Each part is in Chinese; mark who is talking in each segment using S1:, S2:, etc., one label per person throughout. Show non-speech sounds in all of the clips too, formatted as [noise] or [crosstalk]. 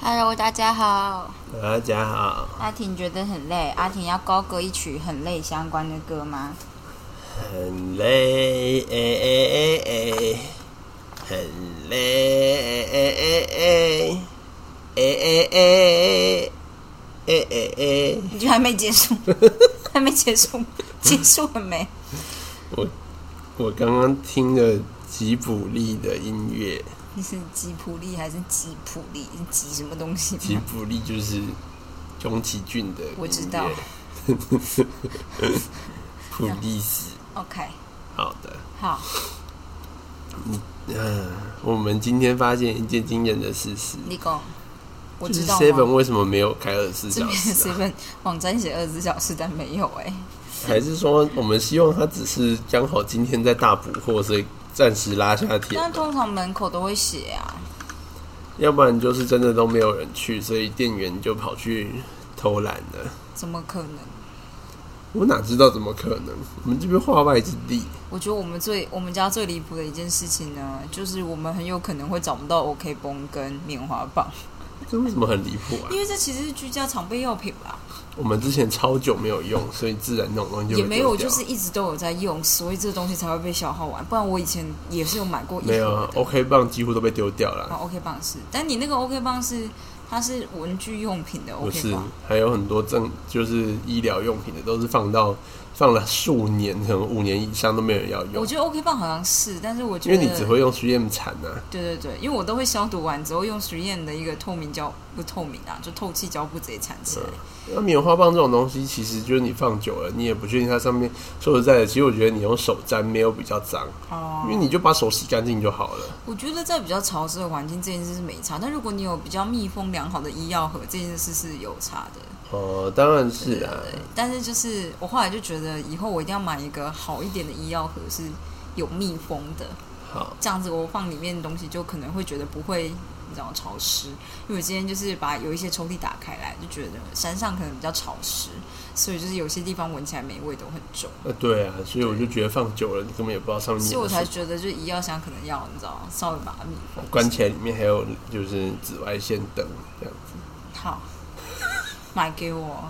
S1: Hello，大家好。
S2: 大家好，
S1: 阿婷觉得很累，阿婷要高歌一曲很累相关的歌吗？
S2: 很累，哎哎哎哎，很累，哎哎哎哎，哎哎哎哎哎哎，
S1: 你居然没结
S2: [laughs]
S1: 束，还没结束，结束了没？
S2: 我我刚刚听了吉卜力的音乐，
S1: 你是吉普力还是吉普力？是吉什么东西？
S2: 吉卜力就是宫崎骏的音乐，
S1: 我知道
S2: 普利斯，
S1: OK，
S2: 好的，
S1: 好，
S2: 嗯，我们今天发现一件惊人的事实，
S1: 你讲，我
S2: 就是
S1: 知道
S2: Seven
S1: 吗？
S2: 为什么没有开二十四
S1: 这
S2: 小
S1: 边
S2: 时、啊？
S1: seven 网站写二十四小时，但没有哎、
S2: [laughs] 还是说我们希望它只是刚好今天在大补货，所以暂时拉下铁
S1: 但
S2: 门？
S1: 通常门口都会写啊。
S2: 要不然就是真的都没有人去，所以店员就跑去偷懒了。
S1: 怎么可能？
S2: 我哪知道怎么可能？我们这边画外之地，
S1: 我觉得我们最我们家最离谱的一件事情呢，就是我们很有可能会找不到 OK 绷跟棉花棒，
S2: 这为什么很离谱啊
S1: 因？为这其实是居家常备药品吧，
S2: 我们之前超久没有用，所以自然那种东西就
S1: 也
S2: 被
S1: 没
S2: 丢
S1: 有
S2: 掉
S1: 就是一直都有在用，所以这东西才会被消耗完。不然我以前也是有买过一
S2: 没有
S1: 盒
S2: 啊
S1: 的。
S2: OK 棒几乎都被丢掉
S1: 啊
S2: 了，
S1: ，OK 棒是，但你那个 OK 棒是它是文具用品的
S2: 不是
S1: OK 棒，？
S2: 还有很多正就是医疗用品的都是放到放了数年，可能五年以上都没有人要
S1: 我
S2: 用，
S1: 觉得 OK 棒好像是，但是我觉
S2: 因为
S1: 得
S2: 你只会用 3M 产啊。
S1: 对对对，因为我都会消毒完之后用实验的一个透明胶不透明啊，就透气胶布直接缠起来。
S2: 那棉花棒这种东西，其实就是你放久了，你也不确定它上面。说实在的，其实我觉得你用手沾没有比较脏，
S1: 哦
S2: 嗯因为你就把手洗干净就好了。
S1: 我觉得在比较潮湿的环境，这件事是没差。但如果你有比较密封良好的医药盒，这件事是有差的。
S2: 哦、当然是啊，
S1: 对，但是就是我后来就觉得，以后我一定要买一个好一点的医药盒，是有密封的，
S2: 好，
S1: 这样子我放里面的东西就可能会觉得不会。你知道潮湿，因为我今天就是把有一些抽屉打开来，就觉得山上可能比较潮湿，所以就是有些地方闻起来霉味都很重，
S2: 呃，对啊，所以我就觉得放久了，你根本也不知道上面
S1: 所以
S2: 有
S1: 我
S2: 什
S1: 才
S2: 么。
S1: 觉得就医药箱可能要你知道稍微把它密封。
S2: 关起来里面还有就是紫外线灯这样子，
S1: 好，买给我。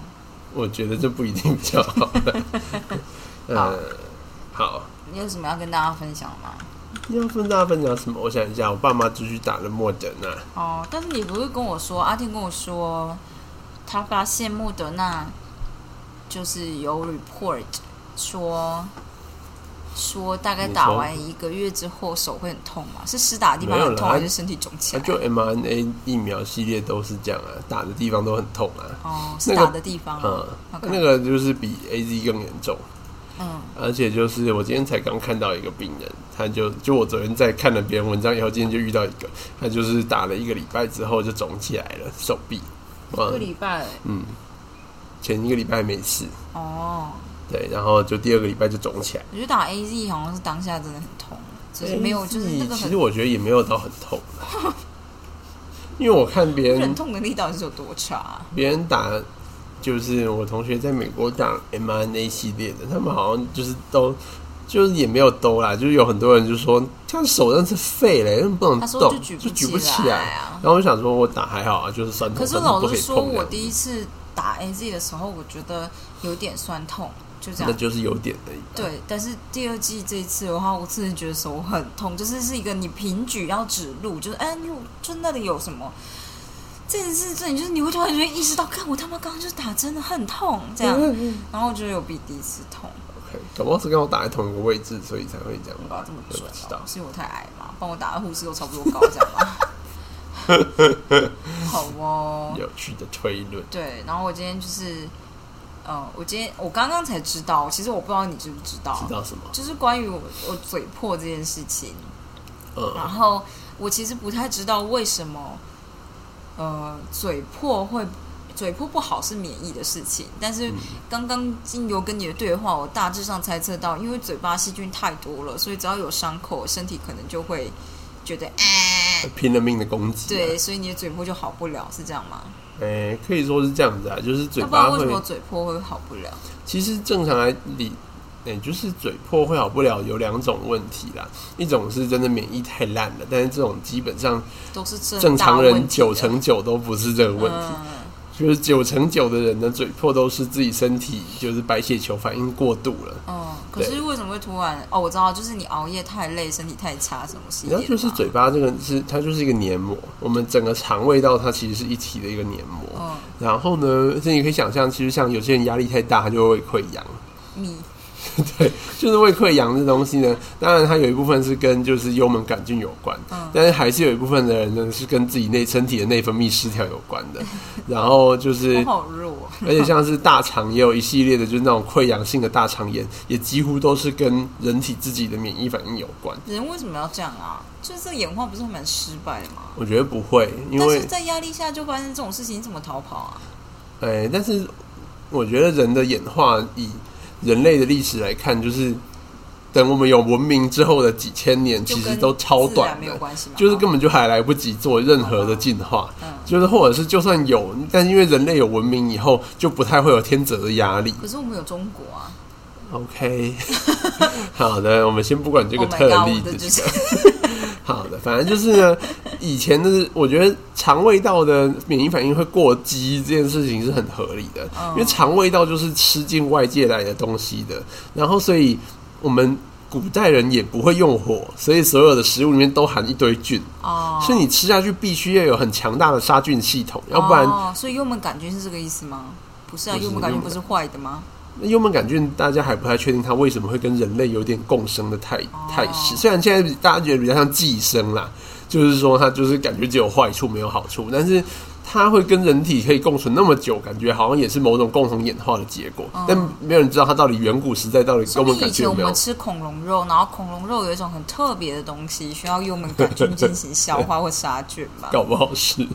S2: 我觉得这不一定比较好。
S1: [laughs] 好
S2: 呃，好，
S1: 你有什么要跟大家分享吗？
S2: 要分大家分享什么？我想一下，我爸妈就去打了莫德纳。啊
S1: 哦，但是你不是跟我说，阿天跟我说，他发现莫德纳就是有 report 说说大概
S2: 你
S1: 打
S2: 说
S1: 完一个月之后手会很痛嘛？是湿打的地方
S2: 没有
S1: 很痛，
S2: 啦
S1: 还是身体肿起
S2: 啊，
S1: 来？
S2: 就 mRNA 疫苗系列都是这样啊，打的地方都很痛啊。
S1: 哦，是
S2: 那个
S1: 打的地方。
S2: 嗯，
S1: OK
S2: 那个就是比 A Z 更严重，
S1: 嗯，
S2: 而且就是我今天才刚看到一个病人，他就就我昨天在看了别人文章以后，今天就遇到一个，他就是打了一个礼拜之后就肿起来了手臂，
S1: 一个
S2: 嗯
S1: 礼拜。
S2: 嗯，前一个礼拜没事，
S1: 哦，
S2: 对，然后就第二个礼拜就肿起来，
S1: 我觉得打 A Z 好像是当下真的很痛，就是没有，就是那个
S2: AZ 哎其实
S1: 很
S2: 我觉得也没有到很痛， [laughs] 因为我看别人
S1: 忍痛的力道是有多差啊、
S2: 别人打就是我同学在美国打 mRNA 系列的，他们好像就是都就是也没有兜啦，就是有很多人就说他手真是废了，不能
S1: 他说
S2: 动
S1: 就，举不
S2: 就举不
S1: 起
S2: 起
S1: 来
S2: 来
S1: 啊。
S2: 然后我想说，我打还好啊，就是酸痛，
S1: 可是
S2: 但
S1: 老
S2: 不可
S1: 实
S2: 以
S1: 说，
S2: 碰这
S1: 我
S2: 样
S1: 第一次打 AZ 的时候，我觉得有点酸痛，就这
S2: 那
S1: 样。
S2: 就是有点而已啊吧。 [laughs]
S1: 对，但是第二季这一次的话，我真的觉得手很痛，就是是一个你平举要指路，就是哎，你有就那里有什么。这件事情就是你会突然间意识到，看我他妈刚刚就是打针的很痛这样，
S2: 嗯
S1: 然后我觉得有比第一次痛，
S2: OK，搞不好是跟我打在同一个位置，所以才会这样
S1: 不知道
S2: 吧
S1: 这么。
S2: 我
S1: 准
S2: 不知道
S1: 哦，。是因为我太矮嘛，帮我打的护士都差不多高这样吧。
S2: [laughs]
S1: 好哦，
S2: 有趣的推论，
S1: 对，然后我今天就是，呃，我今天我刚刚才知道，其实我不知道你知不知道，
S2: 知道什么？
S1: 就是关于我我嘴破这件事情。然
S2: 嗯，
S1: 后我其实不太知道为什么，呃，嘴破会嘴破不好是免疫的事情，但
S2: 嗯
S1: 是刚刚经由跟你的对话，我大致上猜测到，因为嘴巴细菌太多了，所以只要有伤口，身体可能就会觉得，哎、
S2: 拼了命的攻击。啊
S1: 对，，所以你的嘴破就好不了，是这样吗？
S2: 哎，可以说是这样子啊，就是嘴
S1: 那不知
S2: 巴
S1: 道为什
S2: 会
S1: 么嘴破会好不了。
S2: 其实正常来理也、就是嘴破会好不了，有两种问题啦。一种是真的免疫太烂了，但是这种基本上
S1: 都是这
S2: 正
S1: 大
S2: 常
S1: 问
S2: 人
S1: 题的
S2: 九成九都不是这个问题。
S1: 嗯
S2: 就是九成九的人的嘴破都是自己身体就是白血球反应过度了。
S1: 嗯，可是为什么会突然？哦，我知道，就是你熬夜太累，身体太差，什么事
S2: 你知道，就是嘴巴这个是它就是一个黏膜，我们整个肠胃道它其实是一体的一个黏膜。
S1: 嗯，
S2: 然后呢，这你可以想象，其实像有些人压力太大，他就会胃溃疡。
S1: 米
S2: [laughs] 就是胃溃疡这东西呢，当然它有一部分是跟就是幽门杆菌有关，
S1: 嗯
S2: 但是还是有一部分的人呢是跟自己内身体的内分泌失调有关
S1: [laughs]
S2: 的。然后就是
S1: 我好弱，
S2: 而且像是大肠也有一系列的，就是那种溃疡性的大肠炎，也几乎都是跟人体自己的免疫反应有关。
S1: 人为什么要这样啊？就是这个演化不是还蛮失败的吗？
S2: 我觉得不会，因
S1: 但
S2: 为
S1: 是在压力下就发生这种事情，你怎么逃跑啊？
S2: 哎、但是我觉得人的演化以人类的历史来看，就是等我们有文明之后的几千年，
S1: 就
S2: 其实
S1: 跟
S2: 都超
S1: 自然
S2: 短
S1: 没有
S2: 的，
S1: 关系嘛，哦
S2: 就是根本就还来不及做任何的进化。
S1: 嗯。
S2: 就是，或者是就算有，但因为人类有文明以后，就不太会有天择的压力。
S1: 可是我们有中国啊 [laughs]
S2: OK，好的，我们先不管这个
S1: ，Oh my
S2: 特
S1: god，
S2: 例
S1: 我的
S2: 的
S1: 就是
S2: [laughs] 好的，反正就是呢，以前的我觉得肠胃道的免疫反应会过激这件事情是很合理的，
S1: 嗯
S2: 因为肠胃道就是吃进外界来的东西的，然后所以我们古代人也不会用火，所以所有的食物里面都含一堆菌，
S1: 哦，
S2: 所以你吃下去必须要有很强大的杀菌系统，要不然
S1: 哦，所以幽门杆菌是这个意思吗？不是啊，
S2: 不是
S1: 幽门杆菌
S2: 幽门
S1: 不是坏的吗？
S2: 那幽门杆菌大家还不太确定它为什么会跟人类有点共生的态
S1: 哦
S2: 态势，虽然现在大家觉得比较像寄生啦，就是说它就是感觉只有坏处没有好处，但是它会跟人体可以共存那么久，感觉好像也是某种共同演化的结果，
S1: 哦
S2: 但没有人知道它到底远古时代到底
S1: 说
S2: 幽
S1: 明以
S2: 门杆菌
S1: 前
S2: 有
S1: 我
S2: 没有
S1: 们。吃恐龙肉，然后恐龙肉有一种很特别的东西，需要幽门杆菌进行消化或杀菌吧？
S2: [laughs] 搞不好是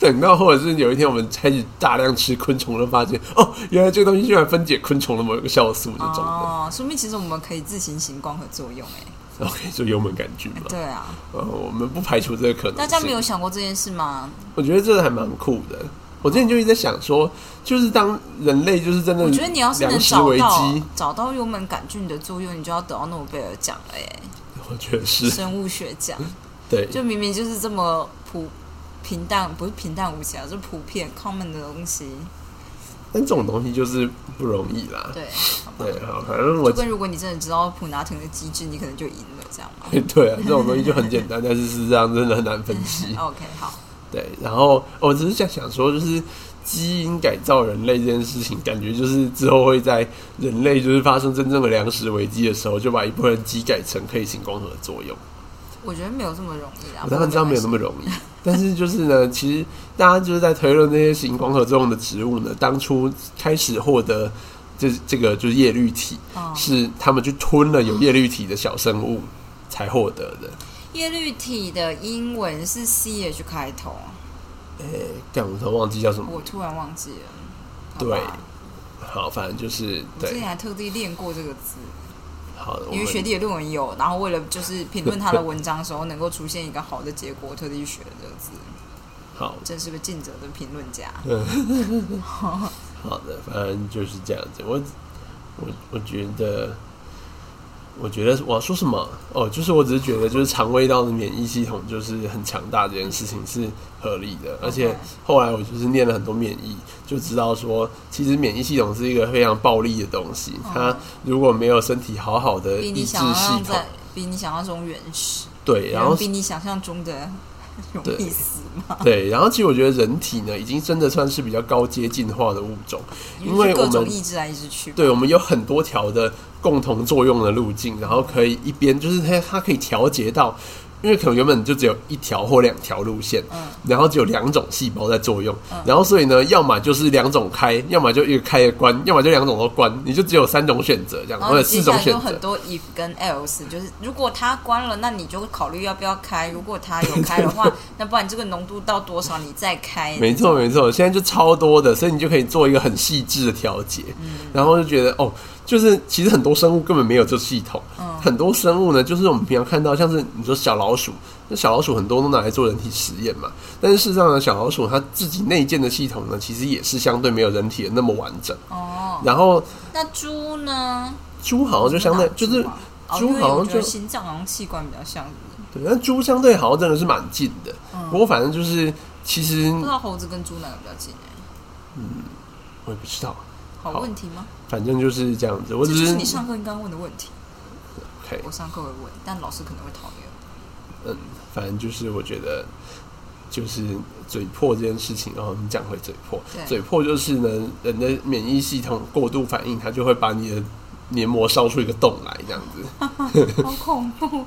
S2: 等到，或者是有一天我们开始大量吃昆虫了，发现哦，原来这个东西居然分解昆虫的某一个酵素这种的。
S1: 哦，说明其实我们可以自行行光合作用、欸，
S2: [laughs] OK，就幽门杆菌嘛，
S1: 对啊，
S2: 呃，我们不排除这个可能性。
S1: 大家没有想过这件事吗？
S2: 我觉得这还蛮酷的。我之前就一直在想说，就是当人类就是真的，
S1: 我觉得你要是能
S2: 嗯粮食
S1: 找
S2: 危
S1: 到
S2: 机，
S1: 找到幽门杆菌的作用，你就要得到诺贝尔奖了耶、
S2: 我觉得是
S1: 生物学
S2: [laughs]
S1: 奖。
S2: 对，
S1: 就明明就是这么普平淡，不是平淡无奇啊，就是普遍 common 的东西。
S2: 但这种东西就是不容易啦。
S1: 对，好吧
S2: 对，好，反正 [laughs] 我
S1: 就跟如果你真的知道普拿藤的机制，你可能就赢了这样
S2: [laughs]
S1: 嘛。
S2: 对啊，这种东西就很简单，但是事实上真的很难分
S1: [laughs]
S2: 析。
S1: OK，好，
S2: 对，然后哦我只是想想说，就是基因改造人类这件事情，感觉就是之后会在人类就是发生真正的粮食危机的时候，就把一部分基改成可以行光合作用。
S1: 我觉得没有这么容易啊。
S2: 我当然知道没有那么容
S1: [laughs]
S2: 易，但是就是呢，其实大家就是在推论那些行光合作用的植物呢，当初开始获得这这个就是叶绿体，
S1: 哦
S2: 是他们去吞了有叶绿体的小生物才获得的。
S1: 叶绿体的英文是 C H 开头，嗯
S2: 诶、哎干我都忘记叫什么。
S1: 我突然忘记了。好
S2: 对
S1: 吧，
S2: 好，反正就是
S1: 我之
S2: 对
S1: 前，还特地练过这个字，
S2: 好，我
S1: 因为
S2: 们
S1: 学弟的论文有，然后为了就是评论他的文章的时候能够出现一个好的结果，我特地学了这个字，
S2: 好
S1: 真是个尽责的评论
S2: [laughs]
S1: 家。
S2: 好的，反正就是这样子。我我我觉得，我觉得我要说什么哦，就是我只是觉得，就是肠胃道的免疫系统就是很强大这件事情是合理的，而且后来我就是念了很多免疫，就知道说，其实免疫系统是一个非常暴力的东西，它如果没有身体好好的
S1: 哦比
S2: 抑
S1: 你
S2: 制
S1: 想
S2: 系
S1: 象
S2: 统
S1: 在，比你想象中原始，
S2: 对，然后
S1: 比你想象中的容易死嘛？
S2: 对，然后其实我觉得人体呢，已经真的算是比较高阶进化的物种，因为
S1: 就是
S2: 我
S1: 各种
S2: 们
S1: 意志来意志去，
S2: 对，我们有很多条的共同作用的路径，然后可以一边就是它它可以调节到，因为可能原本就只有一条或两条路线，
S1: 嗯
S2: 然后只有两种细胞在作用，
S1: 嗯
S2: 然后所以呢，要么就是两种开，要么就一个开一个关，要么就两种都关，你就只有三种选择这样，
S1: 然后
S2: 或者四
S1: 哦接下
S2: 种
S1: 来
S2: 选
S1: 有很
S2: 择。
S1: 多 if 跟 else，就是如果它关了，那你就考虑要不要开；如果它有开的话，那不然这个浓度到多少你再开。
S2: 没错，没错，现在就超多的，所以你就可以做一个很细致的调节，
S1: 嗯
S2: 然后就觉得哦，就是其实很多生物根本没有这系统，
S1: 嗯
S2: 很多生物呢，就是我们平常看到，像是你说小老鼠，那小老鼠很多都拿来做人体实验嘛。但是事实上呢，小老鼠它自己内建的系统呢，其实也是相对没有人体的那么完整。
S1: 哦，
S2: 然后
S1: 那猪呢？
S2: 猪好像就相对就是
S1: 哦因
S2: 猪
S1: 为
S2: 好
S1: 我
S2: 像
S1: 觉
S2: 就
S1: 得心脏好像器官比较像，
S2: 对，但猪相对好像真的是蛮近的。不过反正就是，其实
S1: 嗯不知道猴子跟猪哪个比较近哎、
S2: 我也不知道，
S1: 好
S2: 好
S1: 问题吗？
S2: 反正就是这样子。我
S1: 这
S2: 只
S1: 就是你上课应该问的问题。
S2: OK，
S1: 我上课会问，但老师可能会讨厌。
S2: [laughs] 嗯，反正就是我觉得，就是嘴破这件事情，然后我们讲回嘴破
S1: 对。
S2: 嘴破就是呢，人的免疫系统过度反应，它就会把你的黏膜烧出一个洞来，这样子， [laughs]
S1: 好恐怖！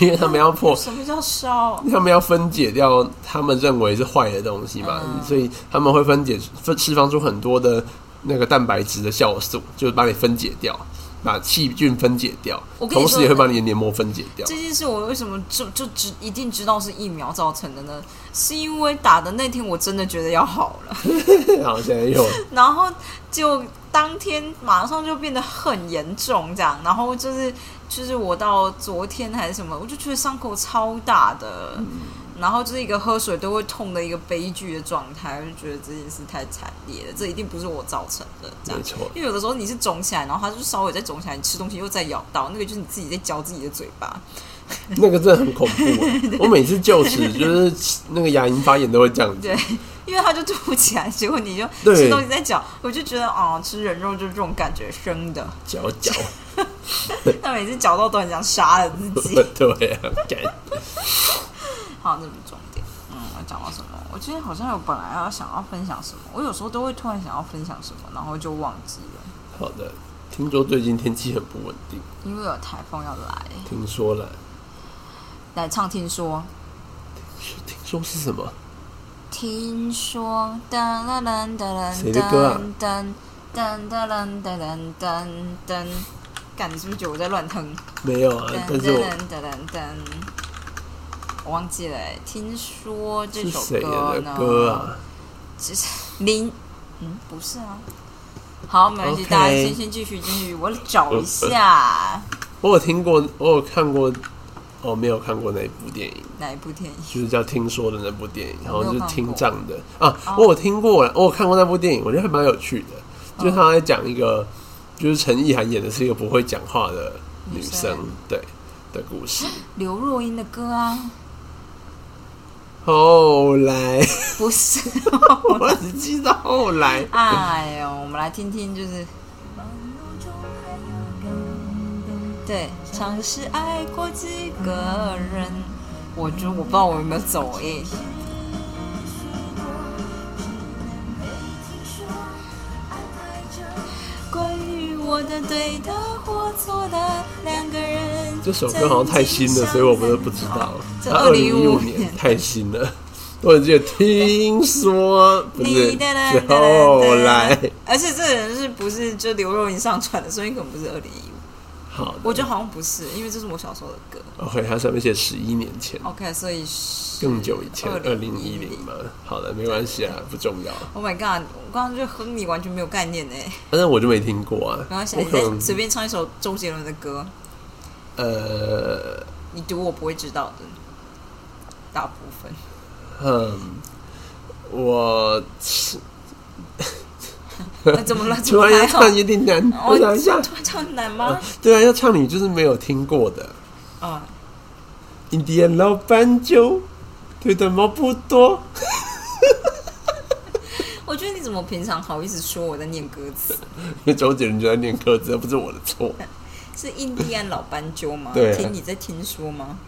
S2: 因为他们要破。
S1: 什么叫烧？啊
S2: 他们要分解掉他们认为是坏的东西嘛，
S1: 嗯
S2: 所以他们会分解分释放出很多的那个蛋白质的酵素，就是把你分解掉，把细菌分解掉，
S1: 我跟你
S2: 同时
S1: 说
S2: 也会把你的黏膜分解掉。
S1: 这件事我为什么就就知一定知道是疫苗造成的呢？是因为打的那天我真的觉得要好了， [laughs]
S2: [laughs] 然后现在又
S1: 然后就当天马上就变得很严重，这样，然后就是就是我到昨天还是什么，我就觉得伤口超大的，
S2: 嗯
S1: 然后就是一个喝水都会痛的一个悲剧的状态，我就觉得这件事太惨烈了，这一定不是我造成的， [laughs] 这样
S2: 没。错，
S1: 因为有的时候你是肿起来，然后它就稍微再肿起来，你吃东西又再咬到，那个就是你自己在嚼自己的嘴巴。 [laughs]
S2: 那个真的很恐怖欸。我每次就齿就是那个牙龈发炎都会这样子
S1: 对，因为它就吐不起来，结果你就
S2: 对
S1: 吃东西在嚼，我就觉得哦，吃人肉就是这种感觉生的，
S2: 嚼嚼，
S1: [laughs] 但每次嚼到都很想杀了自己。
S2: 对啊，干
S1: [laughs] 好，这不是重点。嗯，我讲到什么？我今天好像有本来要想要分享什么，我有时候都会突然想要分享什么，然后就忘记了，
S2: 好的。听说最近天气很不稳定，
S1: 因为有台风要来。
S2: 听说了，
S1: 来唱，听说，
S2: 听说是什么？
S1: 听说，噔噔噔噔
S2: 谁的歌啊
S1: 噔噔噔噔噔噔噔，干，你是不是觉得我在乱哼？
S2: 没有 [laughs] 啊
S1: 噔，
S2: 但是我
S1: 噔噔噔噔，我忘记了欸。听说这
S2: 是
S1: 首
S2: 谁
S1: 歌
S2: 的
S1: 呢？
S2: 歌啊？
S1: 就是林，嗯，不是啊。好，没关系
S2: OK 呃
S1: 大家先先继续继续，我找一下
S2: 我有听过，我有看过，哦，没有看过那一部电影，
S1: 哪一部电影？
S2: 就是叫《听说》的那部电影，然
S1: 我
S2: 后
S1: 没有
S2: 就是
S1: 看过哦
S2: 听障的啊，我有听过啦，我有看过那部电影，我觉得还蛮有趣
S1: 嗯
S2: 的，就是他在讲一个，就是陈意涵演的是一个不会讲话的女
S1: 女
S2: 生
S1: 生，
S2: 对的故事。
S1: 刘若英的歌啊， [laughs]
S2: 后来， [laughs]
S1: 不是。
S2: 我只记得后来，
S1: 哎呦，我们来听听，就是对，尝试爱过几个人，我觉得我不知道我有没有走哎音。关于我的对的或错的，两个人
S2: 这首歌好像太新了，所以我们都不知道。
S1: 这
S2: 它2015
S1: 2015
S2: 年
S1: 年
S2: 太新了， [laughs] 我只记得听说，不是
S1: 你哒哒
S2: 是
S1: 哒哒
S2: 后来。
S1: 而且这个人是不是就刘若英上传的，所以可能不是二零一五，
S2: 好的，
S1: 我觉得好像不是，因为这是我小时候的歌。
S2: OK，它上面写十一年前，
S1: OK，所以是
S2: 更久以前，
S1: 哦
S2: 二零一零
S1: 2010
S2: 嘛。好的，没关系啊，不重要。
S1: Oh my god！我刚刚就哼你完全没有概念呢，
S2: 反正我就没听过啊。
S1: 没关系，
S2: 我
S1: 你
S2: 可
S1: 再
S2: 能
S1: 随便唱一首周杰伦的歌，
S2: 呃，
S1: 你读我不会知道的，大部
S2: [laughs]
S1: 分。
S2: 嗯，我
S1: 那怎么了？怎
S2: 突
S1: 么
S2: 然
S1: 还
S2: 要
S1: 好？
S2: 唱有点难，我想一下
S1: 哦，突然唱难吗？
S2: 对啊，要唱你就是没有听过的。呃
S1: 啊，
S2: 印第安老斑鸠，腿的毛不多。
S1: 我觉得你怎么平常好意思说我在念歌词？
S2: 因为周杰伦就在念歌词，这不是我的错。
S1: 是印第安老斑鸠吗？
S2: 对啊
S1: 听你在听说吗？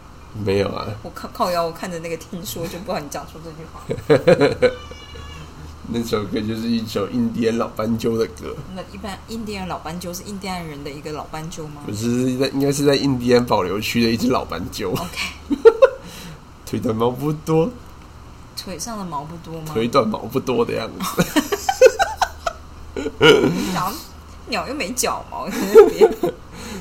S2: 没有啊，
S1: 我靠靠腰，我看着那个听说就不知道你讲出这句话。
S2: [laughs] 那首歌就是一首印第安老斑鸠的歌，
S1: 那一般印第安老斑鸠是印第安人的一个老斑鸠吗
S2: 不是是在应该是在印第安保留区的一只老斑鸠。
S1: ？OK，
S2: [laughs] 腿短毛不多，
S1: 腿上的毛不多吗？
S2: 腿短毛不多的样子。
S1: 然后鸟又没脚毛， [laughs] 在那边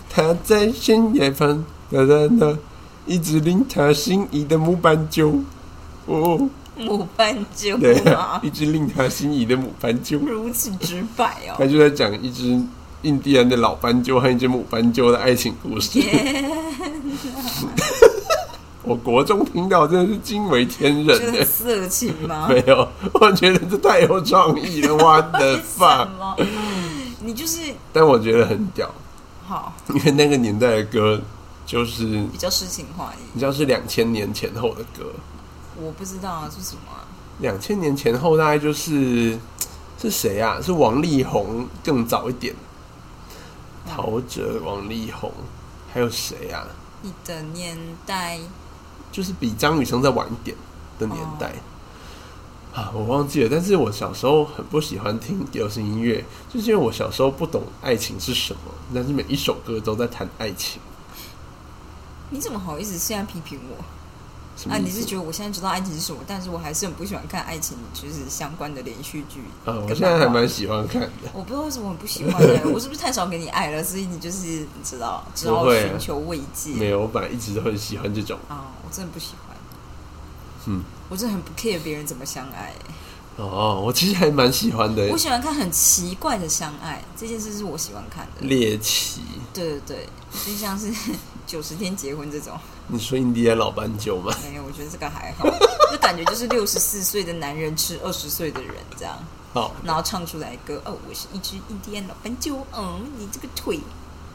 S2: 它在悬崖旁，哒哒哒，一只令他心仪的木斑鸠。哦，
S1: 母斑鸠
S2: 对啊
S1: 吗，？
S2: 一只令他心仪的母斑鸠。
S1: 如此直白
S2: 他 [laughs]
S1: 哦，
S2: 就在讲一只印第安的老斑鸠和一只母斑鸠的爱情故事。 [laughs] 我国中听到真的是惊为天人
S1: 就是
S2: 呢
S1: 很，色情吗？
S2: [laughs] 没有，我觉得这太有创意了，我的
S1: 为什
S2: 发，
S1: 么？你就是
S2: 但我觉得很屌，
S1: 好，
S2: 因为那个年代的歌就是
S1: 比较诗情画意。
S2: 你知道是两千年前后的歌，
S1: 我不知道啊，是什么啊？
S2: 两千年前后大概就是是谁啊？是王力宏更早一点，
S1: 哦
S2: 陶喆、王力宏，还有谁啊？
S1: 你的年代
S2: 就是比张雨生再晚一点的年代。
S1: 哦
S2: 啊，我忘记了，但是我小时候很不喜欢听流行音乐，就是因为我小时候不懂爱情是什么，但是每一首歌都在谈爱情。
S1: 你怎么好意思现在批评我
S2: 什么
S1: 啊？
S2: 意
S1: 你
S2: 思
S1: 是觉得我现在知道爱情是什么，但是我还是很不喜欢看爱情就是相关的连续剧。
S2: 啊，我
S1: 跟
S2: 现在还
S1: 漫画
S2: 蛮喜欢看的。
S1: 我不知道为什么我不喜欢的、我是不是太少给你爱了，所以你就是你知道，只好
S2: 不会啊
S1: 寻求慰
S2: 没
S1: 藉
S2: 有，我本来一直都很喜欢这种。
S1: 啊！我真的不喜欢，
S2: 嗯，
S1: 我真的很不 care 别人怎么相爱、欸
S2: 哦，我其实还蛮喜欢的
S1: 我。喜欢看很奇怪的相爱，这件事是我喜欢看的。
S2: 猎奇，
S1: 对对对，就像是 [laughs] 九十天结婚这种，
S2: 你说印第安老斑鸠吗？
S1: 没有，我觉得这个还好， [laughs] 就感觉就是六十四岁的男人吃二十岁的人这样，
S2: 好，
S1: 然后唱出来歌哦，我是一只印第安老斑鸠，嗯，你这个腿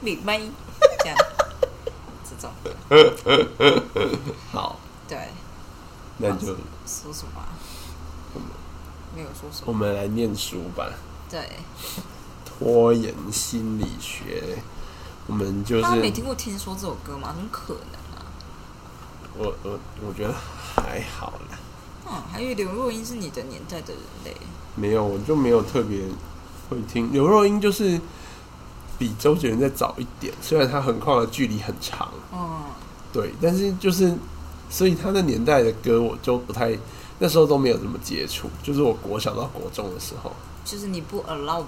S1: 美歪，这样， [laughs] 这种
S2: 好，
S1: 对。
S2: 那就
S1: 说什么啊、没有说什
S2: 我
S1: 么。
S2: 们来念书吧。
S1: 对，
S2: 拖延心理学，我们就
S1: 大家没
S2: 是
S1: 听过《听说》这首歌吗？怎么可能啊？
S2: 我我我觉得还好啦，
S1: 嗯，还有刘若英是你的年代的人类。
S2: 没有，我就没有特别会听。刘若英就是比周杰伦再早一点，虽然她横跨的距离很长，
S1: 嗯，
S2: 对，但是就是，所以他那年代的歌我就不太，那时候都没有怎么接触，就是我国小到国中的时候
S1: 就是你不 allow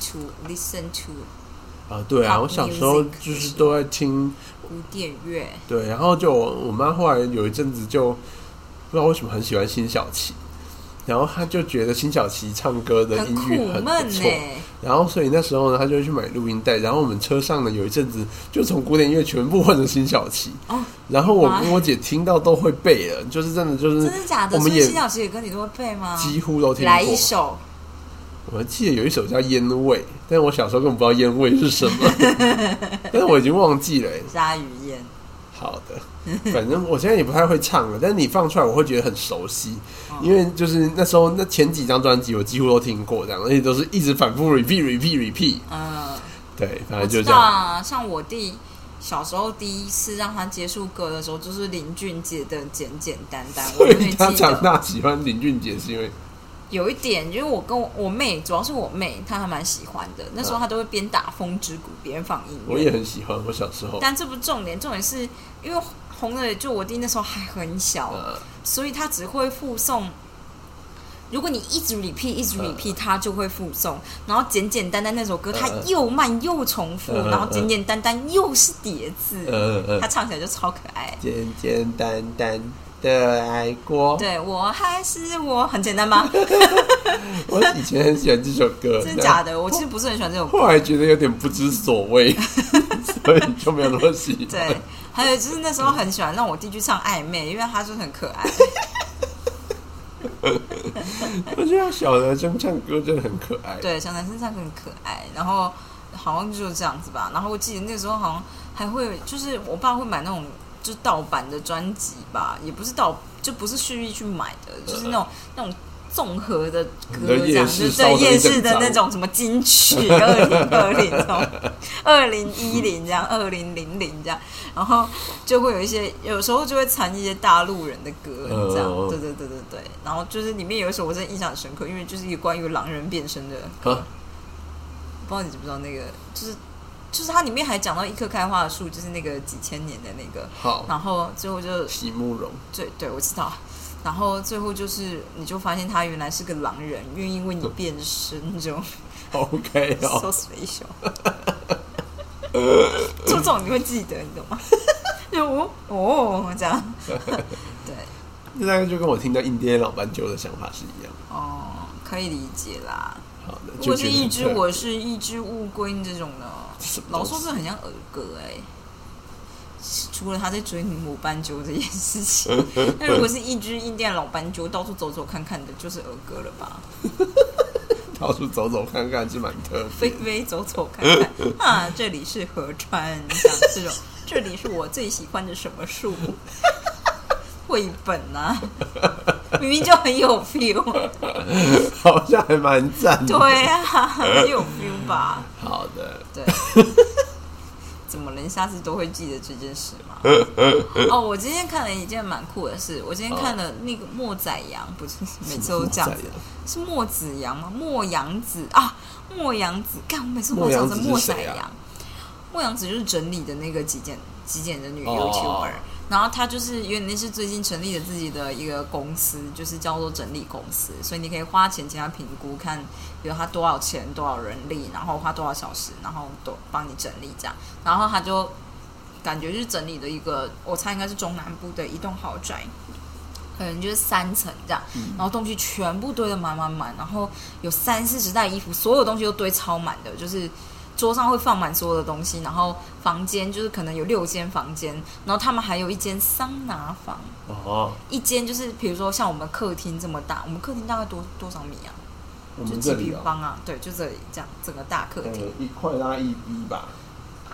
S1: to listen to
S2: 啊，对啊，
S1: Pop
S2: 我小时候
S1: music
S2: 就是都在听，
S1: 古典乐。
S2: 对，然后就我我妈后来有一阵子就不知道为什么很喜欢辛晓琪，然后她就觉得辛晓琪唱歌的
S1: 很
S2: 音
S1: 苦
S2: 域很
S1: 闷欸
S2: 不
S1: 呢、
S2: 错，然后所以那时候呢，她就去买录音带，然后我们车上呢有一阵子就从古典乐全部换成辛晓琪，
S1: 哦，
S2: 然后
S1: [laughs]
S2: 我
S1: 哇
S2: 跟我姐听到都会背了，就是真的就是
S1: 真的假的？
S2: 我
S1: 所
S2: 们
S1: 以
S2: 也
S1: 辛晓琪也跟你都会背吗？
S2: 几乎都听过。
S1: 来一首，
S2: 我记得有一首叫《烟味》，但是我小时候根本不知道烟味
S1: [laughs]
S2: 是什么，但是我已经忘记了欸。
S1: 沙雨燕。
S2: 好的，反正我现在也不太会唱了，但是你放出来我会觉得很熟悉，
S1: 哦
S2: 因为就是那时候那前几张专辑我几乎都听过，这样，而且都是一直反复 repeat repeat repeat。
S1: 嗯，
S2: 对，反
S1: 我
S2: 正就
S1: 知
S2: 这
S1: 道
S2: 样。
S1: 啊，像我弟小时候第一次让他接触歌的时候，就是林俊杰的《简简单单》，我
S2: [laughs] 所
S1: 永远
S2: 以
S1: 记
S2: 他长
S1: 得。
S2: 大喜欢林俊杰是因为
S1: 有一点，因为我跟我我妹，主要是我妹，她还蛮喜欢的。那时候她都会边打风之谷边放音乐。
S2: 嗯我也很喜欢，我小时候。
S1: 但这不是重点，重点是因为红的，就我弟那时候还很小，
S2: 呃，
S1: 所以他只会附送。如果你一直 repeat 一
S2: 嗯
S1: 直 repeat，他就会附送。然后简简单单那首歌，他
S2: 嗯
S1: 又慢又重复，
S2: 嗯嗯
S1: 然后简简单单又是叠字。
S2: 嗯嗯
S1: 他唱起来就超可爱。
S2: 简简单单的爱过。
S1: 对我还是我，很简单
S2: [laughs]
S1: 吗？
S2: 我以前很喜欢这首
S1: [laughs]
S2: 歌，
S1: 真
S2: 这
S1: 的
S2: 样
S1: 假的？我其实不是很喜欢这种歌。
S2: 后来觉得有点不知所
S1: [laughs]
S2: 谓，所以就没有那么喜欢。
S1: 对，还有就是那时候很喜欢让我弟去唱暧昧，因为他就是很可爱。
S2: 我觉得小男生唱歌真的很可爱。
S1: 对，小男生唱歌很可爱，然后好像就是这样子吧。然后我记得那时候好像还会，就是我爸会买那种就是盗版的专辑吧，也不是盗，就不是蓄意去买的，就是那种那种。综合的歌
S2: 你的
S1: 这样，就
S2: 夜市
S1: 是对
S2: 烧成
S1: 夜
S2: 一整
S1: 市的那
S2: 张
S1: 种什么金曲二零二零这种，二零一零这样，二零零零这样，然后就会有一些，有时候就会掺一些大陆人的歌
S2: 嗯
S1: 这样，
S2: 嗯嗯
S1: 对对对对对。然后就是里面有一首我真的印象很深刻，因为就是一个关于狼人变身的
S2: 啊，
S1: 不知道你知不知道那个，就是就是它里面还讲到一棵开花的树，就是那个几千年的那个，
S2: 好，
S1: 然后最后就
S2: 席慕容，
S1: 对对我知道，然后最后就是你就发现他原来是个狼人，愿意为你变身这种
S2: OK
S1: ，so
S2: 哦，
S1: special，就这种你会记得，你
S2: [laughs]
S1: 懂吗？就哦哦这样，对
S2: 那大概就跟我听到印第安老斑鸠的想法是一样。
S1: 哦，可以理解啦。
S2: 好的，
S1: 如
S2: 就
S1: 果
S2: 觉
S1: 是
S2: 得
S1: 一
S2: 很
S1: 只
S2: 特别
S1: 我是一只乌龟这种呢
S2: 什么，东
S1: 老
S2: 西
S1: 说这很像儿歌哎、除了他在追母斑鸠这件事情，
S2: [laughs]
S1: 那如果是一只印第安老斑鸠到处走走看看的，就是儿歌了吧？
S2: 到处走走看看，是蛮特
S1: 飞。
S2: 别
S1: 飞走走看看
S2: [laughs]
S1: 啊，这里是河川，像这种，这里是我最喜欢的什么树， [laughs] 绘本啊，明明就很有
S2: [laughs]
S1: feel，
S2: 好像还蛮赞的。
S1: 对啊，很有 feel 吧？
S2: 好的，
S1: 对，怎么人下次都会记得这件事
S2: [laughs]
S1: 吗？哦，我今天看了一件蛮酷的事，我今天看了
S2: 哦
S1: 那个莫宰阳，不是每次都这样子，是莫子阳吗？莫阳子啊，莫阳子，干，我每次都想成莫宰
S2: 莫阳子是谁
S1: 阳
S2: 啊。
S1: 莫阳子就是整理的那个极简极简的女
S2: 哦
S1: YouTuber，、然后她就是原来是最近成立了自己的一个公司，就是叫做整理公司，所以你可以花钱请她评估，看比如她多少钱、多少人力，然后花多少小时，然后都帮你整理这样，然后她就感觉就是整理的一个，我猜应该是中南部的一栋豪宅，可能就是三层这样，然后东西全部堆得满满满，然后有三四十袋衣服，所有东西都堆超满的，就是桌上会放满所有的东西，然后房间就是可能有六间房间，然后他们还有一间桑拿房，
S2: 哦，
S1: 一间就是比如说像我们客厅这么大，我们客厅大概多多少米啊？
S2: 我
S1: 就
S2: 们
S1: 几
S2: 这里
S1: 平
S2: 啊，
S1: 方啊？对，就这里这样整个大客厅、
S2: 呃，一块拉一一吧，